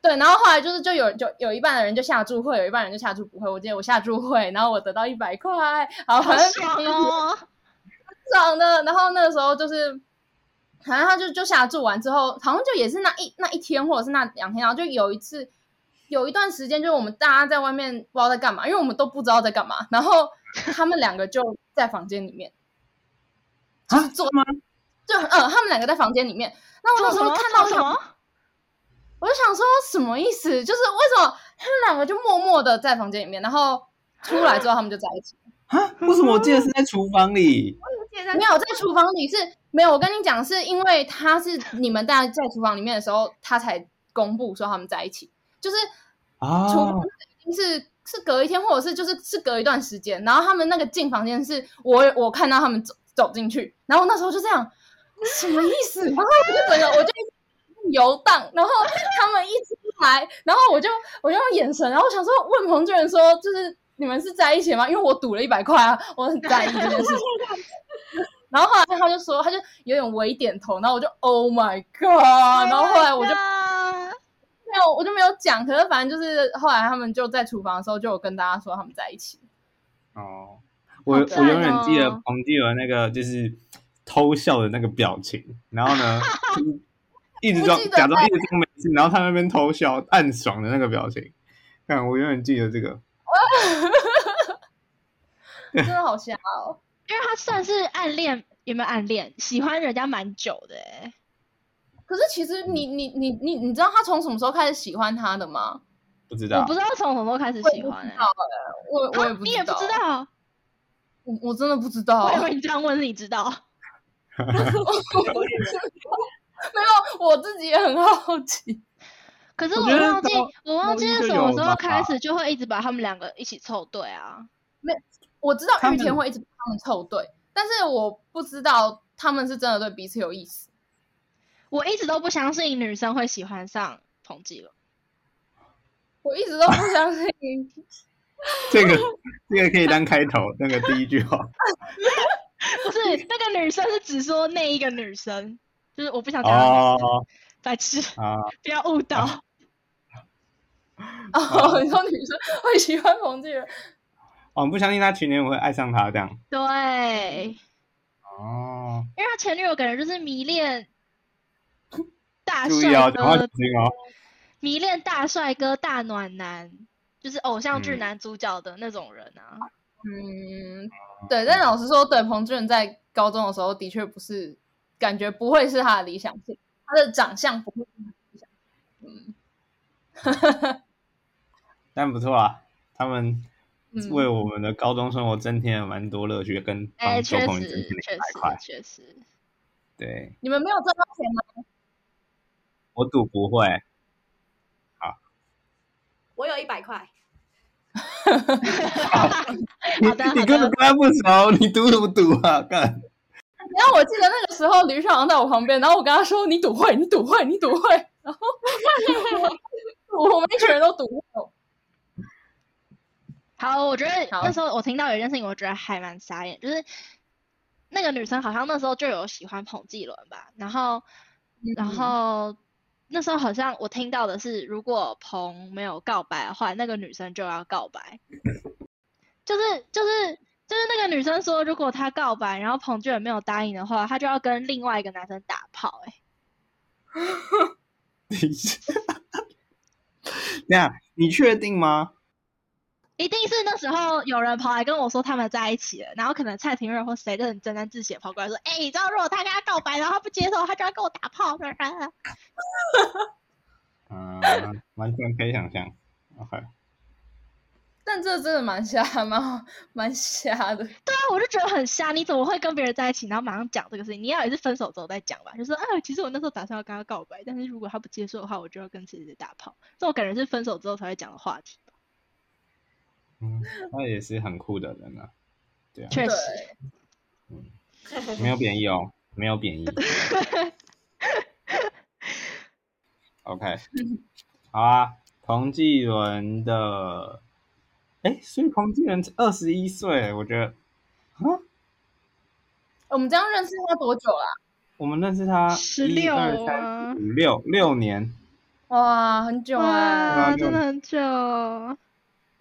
C: 对，然后后来就是就有就有一半的人就下注会，有一半人就下注不会。我记得我下注会，然后我得到一百块，
A: 好
C: 好，反正
A: 爽哦！
C: 长的。然后那个时候就是，反正他就就下注完之后，好像就也是那一那一天或者是那两天，然后就有一次，有一段时间，就是我们大家在外面不知道在干嘛，因为我们都不知道在干嘛。然后他们两个就在房间里面，
B: 啊，做吗？
C: 就呃，他们两个在房间里面。那我那时候看到
A: 什
C: 我想
A: 么？
C: 我就想说什么意思？就是为什么他们两个就默默的在房间里面，然后出来之后他们就在一起？
B: 啊，为什么我记得是在厨房里？
C: 没有在厨房里是没有。我跟你讲，是因为他是你们大家在厨房里面的时候，他才公布说他们在一起，就是
B: 啊，
C: 厨房已经是是隔一天，或者是就是是隔一段时间。然后他们那个进房间是我我看到他们走走进去，然后那时候就这样，什么意思？然后我就整个我就游荡，然后他们一出来，然后我就我就用眼神，然后我想说问彭俊仁说，就是你们是在一起吗？因为我赌了一百块啊，我很在意这件事情。然后后来他就说，他就有点微点头，然后我就 Oh my 啊 God！然后后来我就
A: Oh my god
C: 没有，我就没有讲。可是反正就是后来他们就在厨房的时候，就有跟大家说他们在一 起。
B: 哦，我
C: 好
B: 我
A: 赞
B: 永远记得
A: 哦
B: 彭继伦那个就是偷笑的那个表情，然后呢，就是一直
C: 我
B: 装
C: 记得
B: 假装一直装没事，然后他那边偷笑暗爽的那个表情，看我永远记得这个。
C: 真的好瞎哦！
A: 因为他算是暗恋，有没有暗恋？喜欢人家蛮久的哎、
C: 可是其实你你你你你知道他从什么时候开始喜欢他的吗？
B: 不知
A: 我
B: 道
A: 不，知道从什么时候开始
C: 啊我也
A: 喜
C: 不知
A: 欢哎、
C: 道哎，我我也
A: 啊
C: 不
A: 你也不知
C: 知道，
A: 道，
C: 我我真的不知道。
A: 我以为你这样问你知道。
C: 我自己也很好奇。
A: 可是
B: 我
A: 我
B: 觉得
A: 忘记
B: 到，
A: 我忘记
B: 某一
A: 是
B: 就
A: 什么
B: 有
A: 时
B: 吧
A: 候开始就会一直把他们两个一起凑对啊。
C: 我知道
B: 他
C: 玉
B: 们
C: 田会一直帮他们凑对，但是我不知道他们是真的对彼此有意思。
A: 我一直都不相信女生会喜欢上彭继伦，
C: 我一直都不相 信，
B: 这个这个可以当开头，那个第一 句话。
A: 不是那个女生是只说那一个女生，就是我不想讲她名字，
B: 哦
A: 白痴，
B: 啊，
A: 不要误 导。
C: 哦，你说女生会喜欢彭继仁，
B: 哦我不相信他去年我会爱上他这样。
A: 对，
B: 哦，
A: 因为他前女友感觉就是迷恋大
B: 注意
A: 啊
B: 哦，
A: 帅
B: 讲话
A: 哥
B: 小心哦。
A: 迷恋大帅哥、大暖男，就是偶像剧
B: 嗯
A: 男主角的那种人啊。
C: 嗯，对。但老实说，对彭俊在高中的时候，的确不是感觉不会是他的理想型，他的长相不会是他的理想型。
B: 但不错啊，他们
C: 嗯
B: 为我们的高中生活增添了蛮多乐趣，跟
A: 哎、
B: 帮周
A: 确
B: 鹏
A: 实，
B: 增添了
A: 确
B: 一百
A: 实
B: 块。，
A: 确实。
B: 对
C: 你们没有赚到钱吗？
B: 我赌不会，
D: 我有一百块，
B: 你
A: 好的，
B: 你
A: 好
B: 根本跟
A: 的。
B: 他不熟，你赌什么赌啊？干，
C: 然后我记得那个时候，吕爽在我旁边，然后我跟他说：“你赌会，你赌会，你赌会。”然后我我们一群人都赌会。
A: 好，我觉得
C: 好
A: 那时候我听到有一件事情，我觉得还蛮傻眼，就是那个女生好像那时候就有喜欢彭继伦吧，然后，然
C: 嗯
A: 后那时候好像我听到的是，如果彭没有告白的话，那个女生就要告 白，就是就是就是那个女生说，如果她告白，然后彭俊仁没有答应的话，她就要跟另外一个男生打炮、欸，
B: 你那样你确定吗？
A: 一定是那时候有人跑来跟我说他们在一起了，然后可能蔡廷瑞或谁认真单字写跑过来说：“哎、你知道如果他跟他告白，然后他不接受，他就要跟我打炮。
B: 嗯， 完全可以想象。OK，
C: 但这真的蛮瞎，蛮好蛮瞎的。”
A: 对啊，我就觉得很瞎，你怎么会跟别人在一起，然后马上讲这个事情？你要也是分手之后再讲吧，就说：“哎，其实我那时候打算要跟他告白，但是如果他不接受的话，我就要跟谁谁谁打炮。”这种感觉是分手之后才会讲的话题吧。
B: 嗯，他也是很酷的人啊，对啊，
A: 确实，
B: 没有贬义哦，没有贬义。OK，好啊，彭继伦的，哎，所以彭继伦二十一岁，我觉得，啊，
C: 我们这样认识他多久啊啦、
B: 我们认识他
A: 16
B: 一二
A: 啊
B: 三四五六六年，
C: 哇，很久哎、
A: 哇，
B: 啊就
A: 真的很久。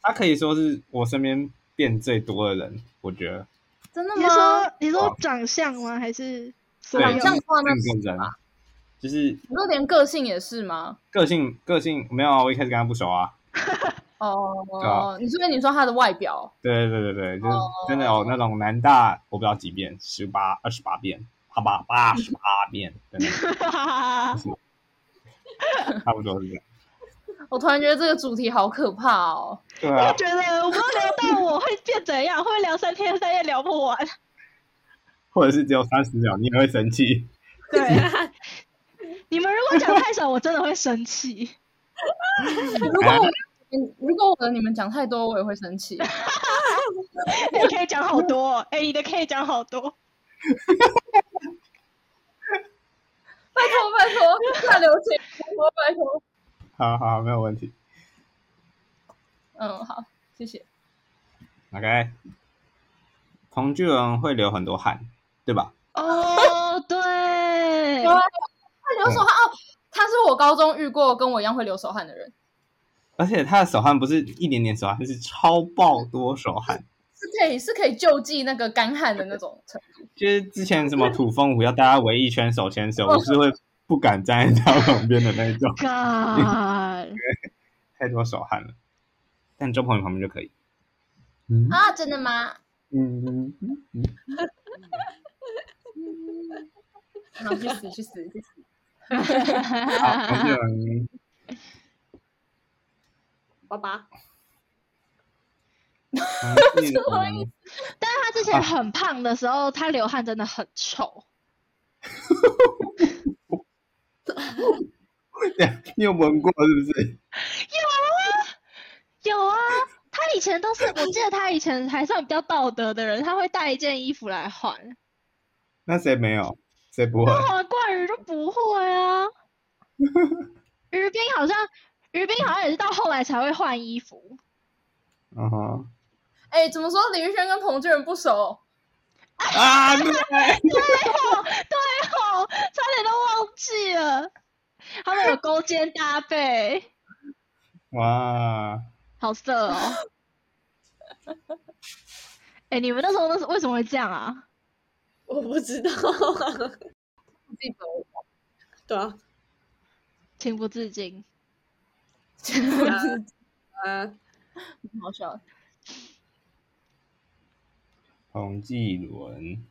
B: 他可以说是我身边变最多的人，我觉得
C: 真的
A: 你
C: 吗？
A: 是说你是
B: 哇
A: 说长相吗？还是所
B: 对
A: 有
C: 长相的话那
B: 性格人，啊就是
C: 你说连个性也是吗？
B: 个性个性没有啊，我一开始跟他不熟啊，
C: 哦，你说你说他的外表，
B: 对对对对，
C: 哦
B: 就是真的有那种南大，我不知道几遍，十八、二十八遍，好吧，八十八遍，真的 差不多是这样。
C: 我突然觉得这个主题好可怕 哦。
B: 对
A: 我
B: 啊，
A: 觉得我不知道聊到我会变怎样，会聊三天三夜聊不完。
B: 或者是只有三十秒，你也会生气。
A: 对，你们如果讲太少，我真的会生气。
C: 如果我嗯如果我的你们讲太多，我也会生 气。
A: 你可以讲好多 哦，哎、你的可以讲好多。
C: 拜托拜 托，下流请拜托拜托。
B: 好好，没有问题。
C: 嗯，好，谢谢。
B: OK，彭巨人会流很多汗，对吧？
A: 哦， 对
C: 对，他流手汗哦，他是我高中遇过跟我一样会流手汗的人，
B: 而且他的手汗不是一点点手汗，是超爆多手汗。
C: 是可以是可以救济那个干旱的那种程度。
B: 就是之前什么土风舞要大家围一圈手牵手，我是会不敢站在他旁边的那种，
A: God，
B: 太多手汗了。但周鹏宇旁边就可以。嗯
C: 啊，真的吗？
B: 嗯嗯嗯，
C: 好，去死去死去死！
B: 好，彭巨人
D: 爸爸，
B: 彭巨人
A: 但是他之前很胖的时候，他流汗真的很臭。
B: 你有闻过是不是？
A: 有啊，他以前都是，我记得他以前还算比较道德的人，他会带一件衣服来换。
B: 那谁没有？谁不会？
A: 那黄冠宇就不会啊。于斌好像，于斌好像也是到后来才会换衣服。
B: 嗯哼。
C: 哎，怎么说李宇轩跟彭俊仁不熟？
B: 啊，对，
A: 对哦，差点都忘记了，他们有勾肩搭背，
B: 哇，
A: 好色哦。哎、你们那时候那是为什么会这样啊？
D: 我不知道，
C: 不记得，
D: 对啊，
A: 情不自禁。
D: 啊，
C: 好笑。
B: 彭继伦，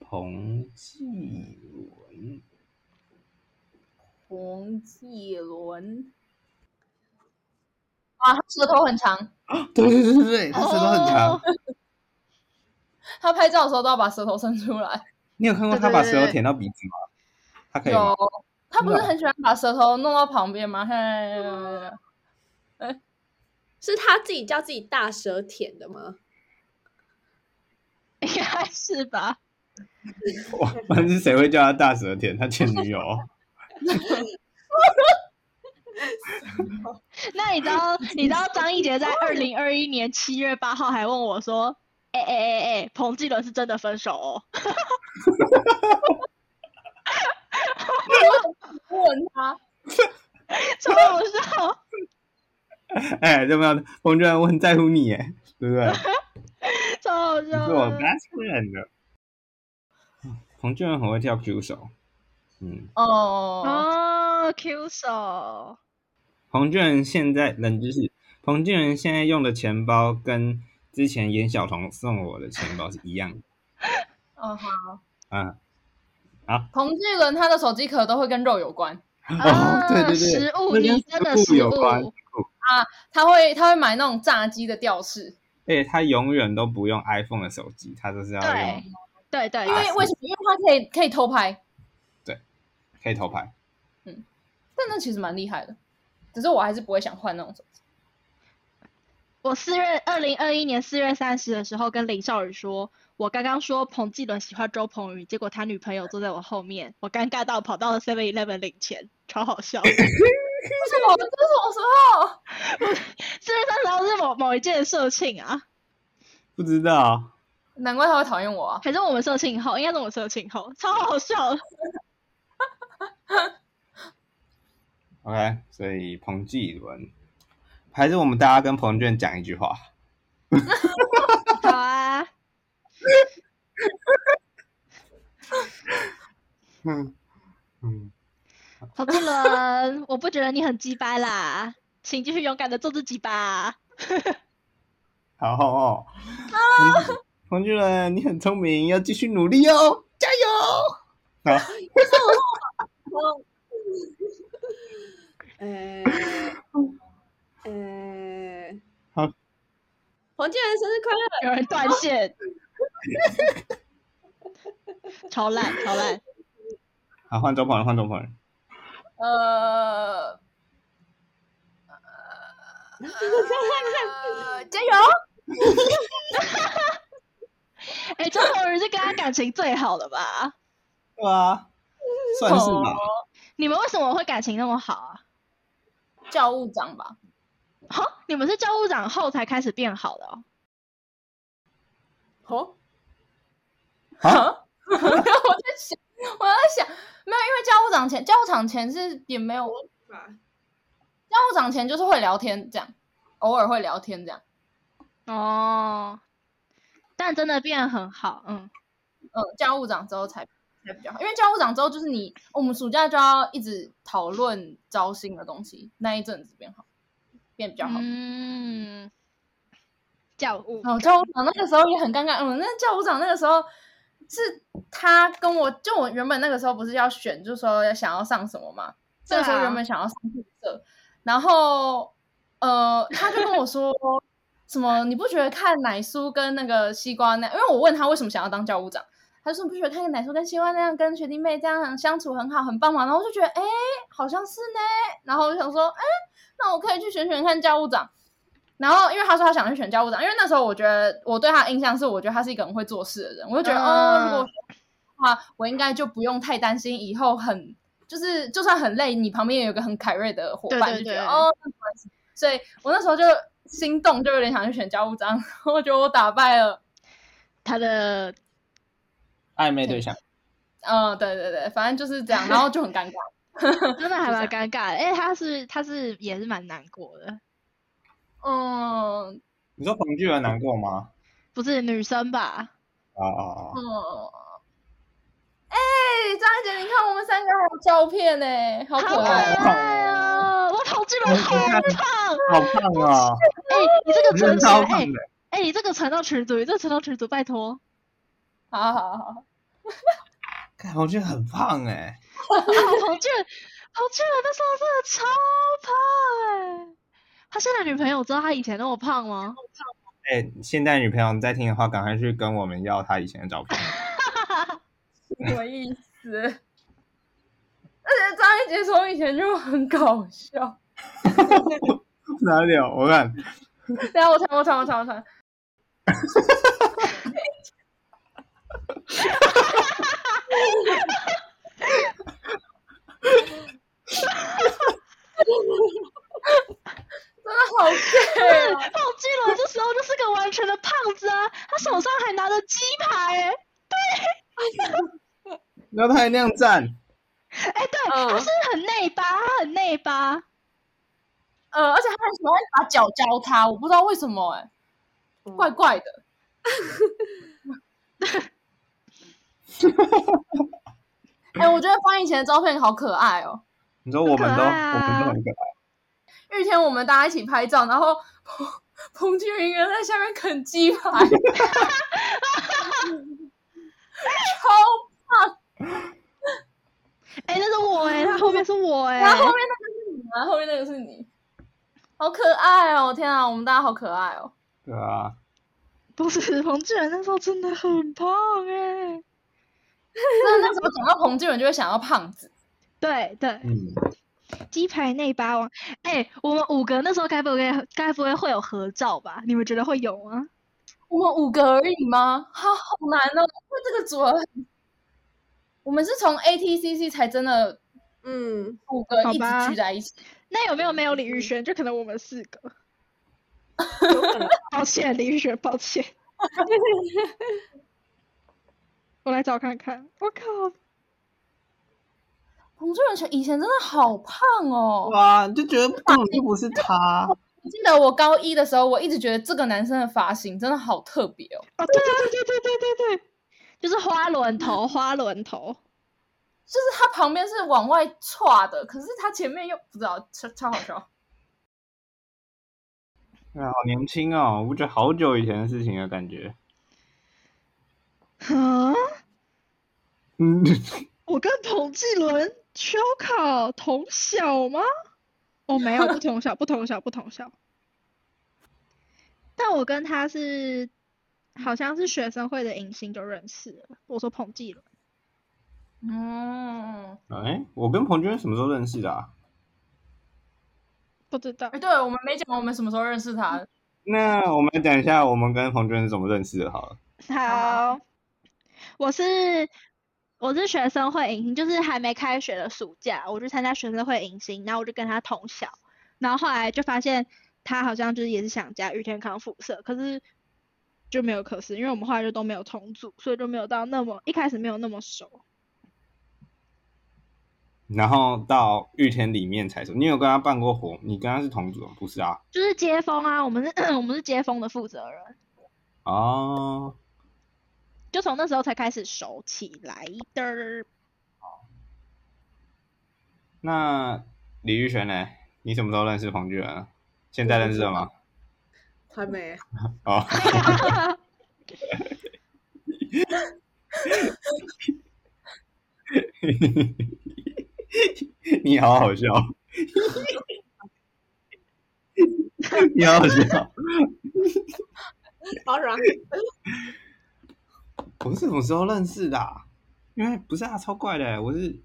B: 彭继伦，
C: 洪继伦，啊，他舌头很长，
B: 对对对对对，他舌头很长。
A: 哦
C: 他拍照的时候都要把舌头伸出来。
B: 你有看过
A: 对
B: 他
A: 对
B: 把
A: 对
B: 舌头
A: 对
B: 舔到鼻子吗？他可以吗
C: 有？，他不是
B: 真的
C: 很喜欢把舌头弄到旁边吗？嘿，
D: 是他自己叫自己大舌舔的吗？
A: 应该是吧。
B: 哇，反正是谁会叫他大舌舔？他前女友哦。
A: 那你知道，你知道张一杰在二零二一年七月八号还问我说：“哎哎哎哎，彭继伦是真的分手哦。
C: 问他，”
A: 超好笑。
B: 哎，对不对？彭俊然我很在乎你，哎，对不对？
A: 超好
B: 你
A: 笑
B: 是我
A: 的。
B: best friend 的。嗯彭俊然很会跳 Q 手，嗯，
C: 哦，
A: 哦，Q 手，啊
B: 彭俊然现在冷知识，彭俊然现在用的钱包跟之前严晓彤送我的钱包是一 样的，
C: 哦好，
B: 嗯，
C: 彭俊伦他的手机壳都会跟肉有关，
A: 啊
B: 哦对对对，
A: 食物
B: 那跟
A: 你真的
B: 食
A: 食
B: 物有关
A: 物，
C: 他会他会买那种炸鸡的吊饰，
B: 而且他永远都不用 iPhone 的手机，他都是要用
A: 对对
B: 啊
A: 对
C: 因
A: 对
C: 为为什么？因为他可以可以偷拍，
B: 可以偷拍。
C: 但那其实蛮厉害的，只是我还是不会想换那种手机。
A: 我四月二零二一年四月三十的时候跟林少宇说，我刚刚说彭继伦喜欢周鹏宇，结果他女朋友坐在我后面，我尴尬到跑到了 Seven Eleven 领钱，超好 笑。四
C: 为什么？这是什么时候？
A: 月三十号是某某一届的社庆啊，
B: 不知道，
C: 难怪他会讨厌我啊！
A: 还是我们社庆后？应该是我们社庆后，超好笑的。
B: OK，所以彭继伦，还是我们大家跟彭俊讲一句话。
A: 好啊，
B: 嗯嗯，嗯
A: 彭继伦，我不觉得你很鸡掰啦，请继续勇敢的做自己吧。
B: 好好哦，嗯黄俊仁，你很聪明，要继续努力哦，加油！好，
D: 呃呃，
B: 好，
D: 黄建仁生日快乐！
A: 有人断线，超烂超烂，
B: 好啊换周鹏，换周鹏，
C: 呃，呃加油！
A: 哎、周鹏宇是跟他感情最好的吧？
B: 对啊，算是吧
C: 哦。
A: 你们为什么会感情那么好啊？
C: 教务长吧，
A: 好、你们是教务长后才开始变好的哦。
D: 哦，
B: 啊
C: 我在想，我在想，没有，因为教务长前，教务长前是也没有，教
D: 啊
C: 务长前就是会聊天这样，偶尔会聊天这样，
A: 哦，但真的变得很好，嗯，
C: 嗯，教务长之后才才比较好，因为教务长之后就是你，我们暑假就要一直讨论招新的东西，那一阵子变好，变比较好。
A: 嗯，教务
C: 哦，教务长那个时候也很尴尬。嗯，那教务长那个时候是他跟我就我原本那个时候不是要选，就说想要上什么嘛。这
A: 对啊
C: 个时候原本想要上副社，然后呃，他就跟我说 什么你不觉得看奶酥跟那个西瓜那，因为我问他为什么想要当教务长，他就说你不觉得看奶酥跟西瓜那样跟学弟妹这样相处很好很棒嘛？然后我就觉得哎，好像是呢，然后我就想说哎，那我可以去选选看教务长。然后，因为他说他想去选教务长，因为那时候我觉得我对他的印象是，我觉得他是一个很会做事的人，我
A: 嗯
C: 就觉得、哦，如果我选的话，我应该就不用太担心以后很就是就算很累，你旁边有一个很凯瑞的伙伴，
A: 对对
C: 就觉
A: 对
C: 得哦，那没关系所以我那时候就心动，就有点想去选教务长， 我觉得我打败了，
A: 他 的
B: 暧昧对象，
C: 嗯，对对对，反正就是这样，然后就很尴尬，
A: 真的还
C: 就
A: 蛮尴尬的，哎、他是他是也是蛮难过的，
C: 嗯
B: 你说彭俊仁难过吗？
A: 不是女生吧？
B: 啊啊啊！
C: 嗯。哎，张姐，你看我们三个还有照片呢、好
A: 好
C: 可
A: 可
C: 爱哦！
A: 爱哦！我同居们好胖，
B: 好胖哦，
A: 哎、你这个成群，
B: 真的超
A: 哎
B: 胖的。
A: 哎、你这个传到群组，你这个传到群组，拜托。
C: 好好好，
B: 看彭俊仁很胖哎，
A: 彭啊俊，彭俊仁那时候真的超胖哎、他现在女朋友知道他以前那么胖吗？
B: 哎，现在女朋友你在听的话，赶快去跟我们要他以前的照片。
C: 什么意思？ 而且张一杰从以前就很搞笑。
B: 哪里有？我看
C: 等一下我传，我传，我传，我 传。真的好 gay
A: 对，
C: 哦！
A: 彭俊仁这时候就是个完全的胖子啊，他手上还拿着鸡排哎、
B: 那他那样站，
A: 哎、对，
D: 嗯
A: 他是很内八，他很内八。
C: 呃，而且他很喜欢把脚交叉，我不知道为什么哎、怪怪 的。哎、我觉得翻以前的照片好可爱哦、
B: 你说我们都
A: 很可
B: 我
A: 爱啊
B: 们都很可爱，
C: 玉天，我们大家一起拍照，然后彭彭俊云人在下面啃鸡排， 超棒！
A: 哎、那是我哎、他后面是我哎、
C: 然后后面那个是你啊，后面那个是你，好可爱哦！天啊，我们大家好可爱哦！
B: 对啊，
A: 不是彭俊仁那时候真的很胖哎、
C: 真的，那时候讲到彭俊云就会想到胖子，
A: 对对，
B: 嗯，
A: 鸡排内八王，哎、我们五个那时候该不会该不会会有合照吧？你们觉得会有吗？
C: 我们五个而已吗？好好难哦，因为这个组合很，我们是从 ATCC 才真的
D: 嗯，
C: 五个
A: 好
C: 一
A: 吧
C: 直聚在一起。
A: 那有没有没有李宇轩？就可能我们四个。
D: 有可能
A: 抱歉，李宇轩，抱 歉。我来找看看。我靠，
C: 彭俊云以前真的好胖哦！
B: 哇，就觉得根本就不是他，
C: 我记得我高一的时候，我一直觉得这个男生的发型真的好特别哦，
A: 哦，对对对对对对对，就是花轮头，花轮头。
C: 就是他旁边是往外歘的，可是他前面又不知道超超好笑。
B: 啊，好年轻哦！我觉得好久以前的事情了，感觉。
A: 啊，
B: 嗯，
A: 我跟彭继伦、秋考同校吗？哦，没有，不同校，不 同校，不同校。但我跟他是，好像是学生会的迎新就认识了。我说彭继伦，
C: 嗯，
B: 哎，我跟彭娟什么时候认识的、啊？
A: 不知道
C: 哎，对我们没讲我们什么时候认识他的，
B: 那我们讲一下我们跟彭娟是怎么认识的好了。
A: 好，我是我是学生会迎新，就是还没开学的暑假，我去参加学生会迎新，然后我就跟他同校，然后后来就发现他好像就是也是想加玉天康复社，可是就没有可是，因为我们后来就都没有重组，所以就没有到那么一开始没有那么熟。
B: 然后到玉田里面才说，你有跟他办过活？你跟他是同组吗？不是啊？
A: 就是接风啊，我们是 我们是接风的负责人，
B: 哦，
A: 就从那时候才开始熟起来的。
B: 那李玉璇呢？你什么时候认识彭俊仁？现在认识了吗？
D: 还没，
B: 哦， 你好好笑， 你好好笑。
D: 好软。
B: 我们是什么时候认识的啊、因为不是啊，超怪的，我是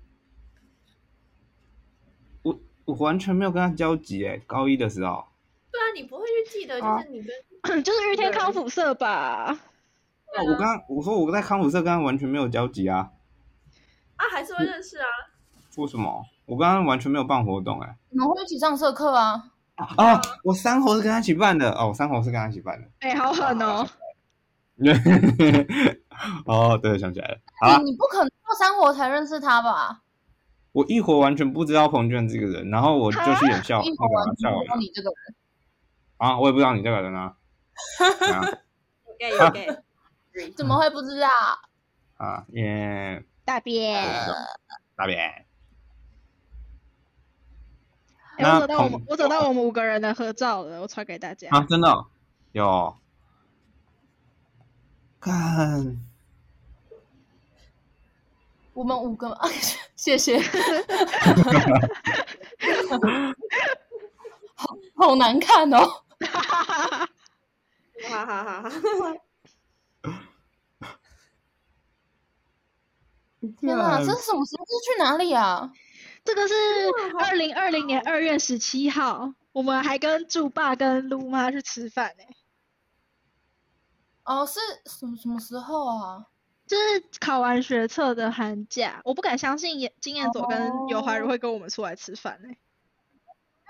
B: 我我完全没有跟他交集哎，高一的时候。
D: 对啊，你不会去记得，就是你 跟
A: 就是玉天康复社吧。
B: 那啊我刚我说我在康复社跟他完全没有交集啊，
D: 啊还是会认识啊。
B: 为什么？我刚刚完全没有办活动哎、
C: 你们会一起上社课啊？
B: 啊，我三猴是跟他一起办的哦，我三猴是跟他一起 办的。
A: 哎、好狠哦！
B: 哦，对，想起来了。好啦
C: 你你不可能到三活才认识他吧？
B: 我一活完全不知道彭俊这个人，然后我就去演校
C: 一
B: 那
C: 活
B: 个
C: 完
B: 啊校
C: 全不
B: 友
C: 知道你这个人，
B: 啊，我也不知道你这个人啊。啊
D: OK OK，
C: 怎么会不知道？
B: 啊，耶，
A: 大便。
B: 大便。
A: 哎、
B: 那
A: 我找到我
B: 彭
A: 们，我找到我们五个人的合照了，我传给大家。
B: 啊，真的哦有。看，
C: 我们五个， 谢谢。好好难看哦！
D: 哈哈 哈哈！
C: 天啊哪，这是什么时候？这是去哪里啊？
A: 这个是二零二零年二月十七号，我们还跟柱爸跟撸妈去吃饭呢、
C: 哦，是什么什么时候啊？
A: 就是考完学测的寒假，我不敢相信也经验佐跟尤怀如会跟我们出来吃饭呢、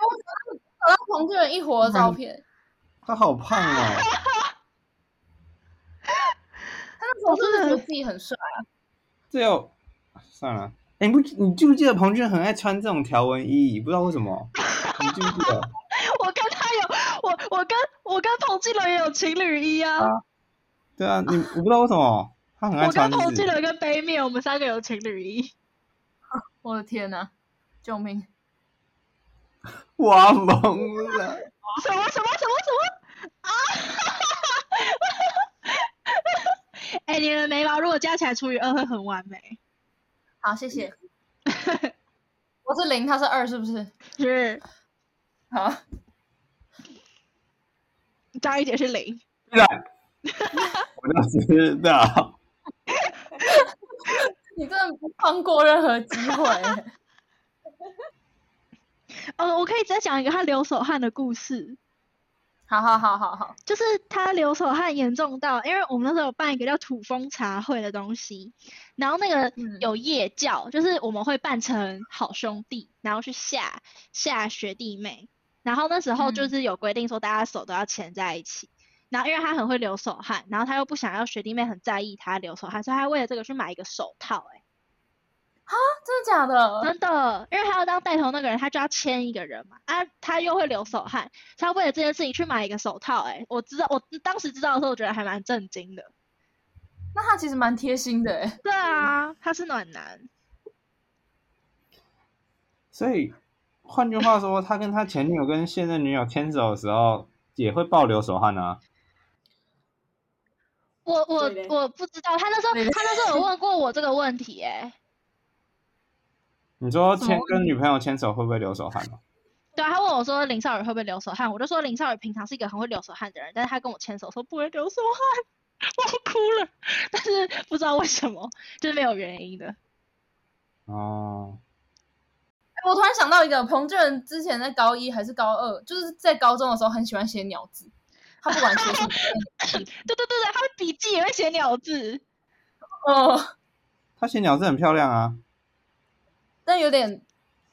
C: 找到彭俊仁一伙的照片，
B: 他好胖哦。
C: 他那时候是不是觉得自己很帅？
B: 这要算了。哎、你不你记不记得彭俊很爱穿这种条纹衣？不知道为什么，你记不记得？
A: 我跟他有，我我跟我跟彭继伦也有情侣衣啊，
B: 啊对啊，你我不知道为什么他很爱
A: 我跟
B: 穿
A: 彭
B: 就是
A: 继伦跟杯面，我们三个有情侣衣。
C: 我的天哪，救命！
B: 哇懵了。
A: 什么什么什么什么啊！ 哎、你们的眉毛如果加起来除以二会很完美，
C: 好，谢 谢。我是零，他是二，是不是？
A: 是
C: 好，
A: 张一姐是零，
B: 对啊，我就知道。
C: 你真的不放过任何机会。
A: 哦，我可以再讲一个他流手汗的故事，
C: 好好好好啊好，
A: 就是他流手汗严重到，因为我们那时候有办一个叫土风茶会的东西，然后那个
C: 嗯
A: 有夜教，就是我们会扮成好兄弟，然后去吓吓学弟妹。然后那时候就
C: 嗯
A: 是有规定说，大家手都要牵在一起。然后因为他很会流手汗，然后他又不想要学弟妹很在意他流手汗，所以他为了这个去买一个手套、欸。
C: 真的假的？
A: 真的，因为他要当带头那个人，他就要牵一个人嘛。啊，他又会流手汗，所以他为了这件事情去买一个手套、欸。哎，我知道，我当时知道的时候，我觉得还蛮震惊的。
C: 那他其实蛮贴心的哎。
A: 对啊，他是暖男。
B: 所以换句话说，他跟他前女友跟现任女友牵手的时候，也会爆流手汗啊。
A: 我我
D: 对嘞
A: 我不知道，他那时候
C: 对嘞
A: 他那时候有问过我这个问题、哎，
B: 你说
C: 什么
B: 牵
C: 问
B: 跟女朋友牵手会不会流手汗吗？
A: 对啊，他问我说林少宇会不会流手汗，我就说林少宇平常是一个很会流手汗的人，但是他跟我牵手说不会流手汗， 我哭了，但是不知道为什么，就是没有原因的。
B: 哦，
C: 我突然想到一个，彭俊仁之前在高一还是高二，就是在高中的时候很喜欢写鸟字，他不管写什么，
A: 对对对对，他的笔记也会写鸟字，
C: 哦，
B: 他写鸟字很漂亮啊。
C: 但有点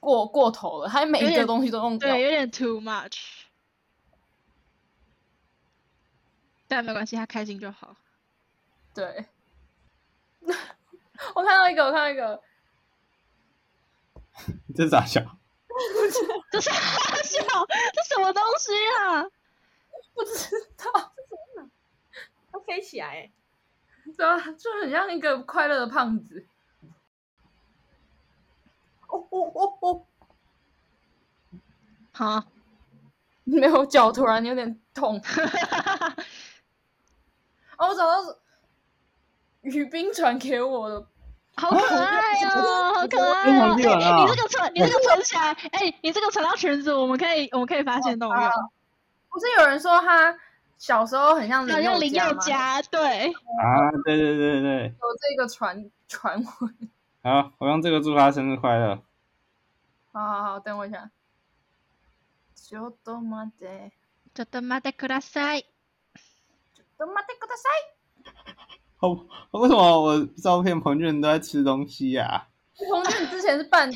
C: 过过头了，他每
A: 有
C: 一个
A: 点
C: 东西都用鸟
A: 对，有点 too much，但没关系，他开心就好。
C: 对， 我看到一个，我看到一个，
B: 这咋想？
A: 这是笑，这什么东西啊？
C: 不知道，
D: 它飞起来、欸，
C: 对啊，就很像一个快乐的胖子。哦哦哦哦，
A: 好，
C: 没有脚突然有点痛。哦，我找到雨冰传给我的，
A: 好可爱哦，好可爱
B: 哎
A: 哦！
B: 好热
A: 哎、
B: 啊
A: 你这个存，你这个存起来，哎、你这个存到裙子，我们可以，我们可以发现动用，
C: 不是有人说他小时候很像
A: 好像啊林
C: 宥
A: 宥
C: 吗？
A: 嘉，对，
B: 啊，对对对对，
C: 有这个传传闻。
B: 好，我用这个祝他生日快乐。
C: 好好好，等我一下。ちょっと待って。
A: ちょっと待ってください。
C: ちょっと待ってください。
B: 哦，为什么我照片彭俊都在吃东西呀、
C: 洪俊之前是扮，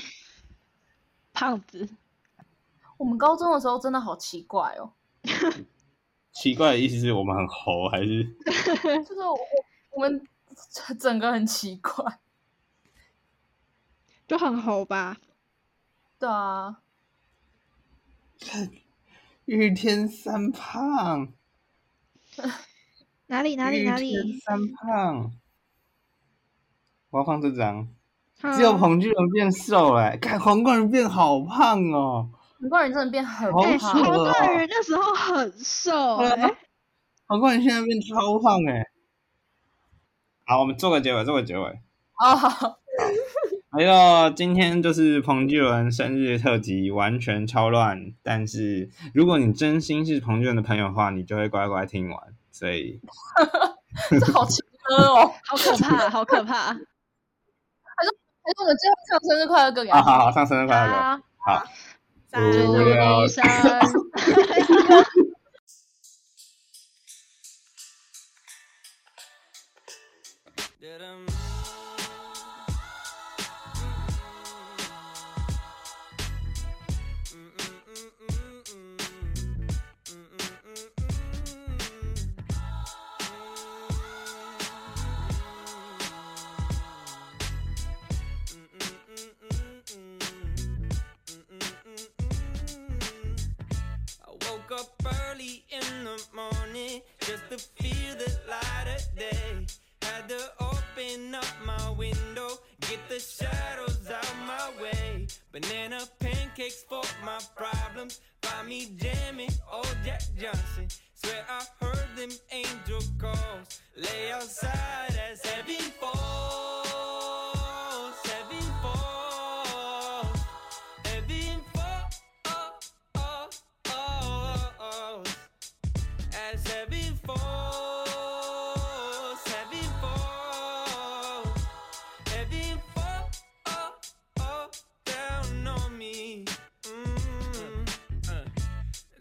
A: 胖子，
C: 我们高中的时候真的好奇怪哦，
B: 奇怪的意思是我们很猴还是？
C: 就是我我们整个很奇怪。
A: 就很猴吧？
C: 对啊，
B: 玉天三胖，
A: 哪里哪里
B: 玉
A: 哪
B: 天
A: 里？
B: 三胖，我要放这张。
A: 好
B: 只有彭俊荣变瘦哎、看黄冠人变好胖哦。
C: 很多人真的变很
B: 好
A: 哎，
C: 胖，
B: 丑
A: 黄
B: 哦
A: 冠宇那时候很瘦、
C: 哦
B: 对啊
A: 哎
B: 黄冠人现在变超胖哎、好，我们做个结尾，做个结尾。
C: 哦，好
B: 还有今天就是彭巨伦生日特辑，完全超乱。但是如果你真心是彭巨伦的朋友的话，你就会乖乖听完。所以
C: 这好情歌哦。
A: 好可怕，好可怕！
C: 还哎是我们最后唱生日快乐歌给
B: 啊，
C: 他
B: 好
C: 听。
B: 好，上生日快乐！
A: 好，
D: 三
B: 嗯
A: 祝
B: 对啊
A: 你生日
E: I woke up early in the morning just to feel the light of day. Had to open up my window, get the shadows out my way. Banana pancakes for my problems. Find me jamming, old Jack Johnson. Swear I heard them angel calls. Lay outside as heaven falls, heaven falls, heaven falls as heaven falls, heaven falls, heaven falls down on me. Mm.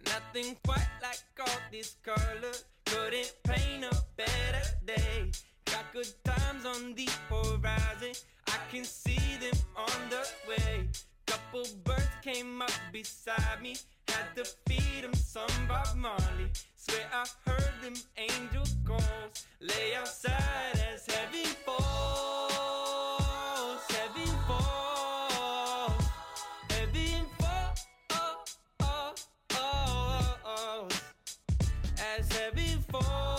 E: Nothing quite like all this color. Couldn't paint a better day. Got good times on the horizon. I can see them on the way. Couple birds came up beside me. Had to feed them some Bob Marley. Swear I heard them angel calls. Lay outside as heaven falls. Heaven falls. Heaven falls as heaven falls. Mm. oh, Mm.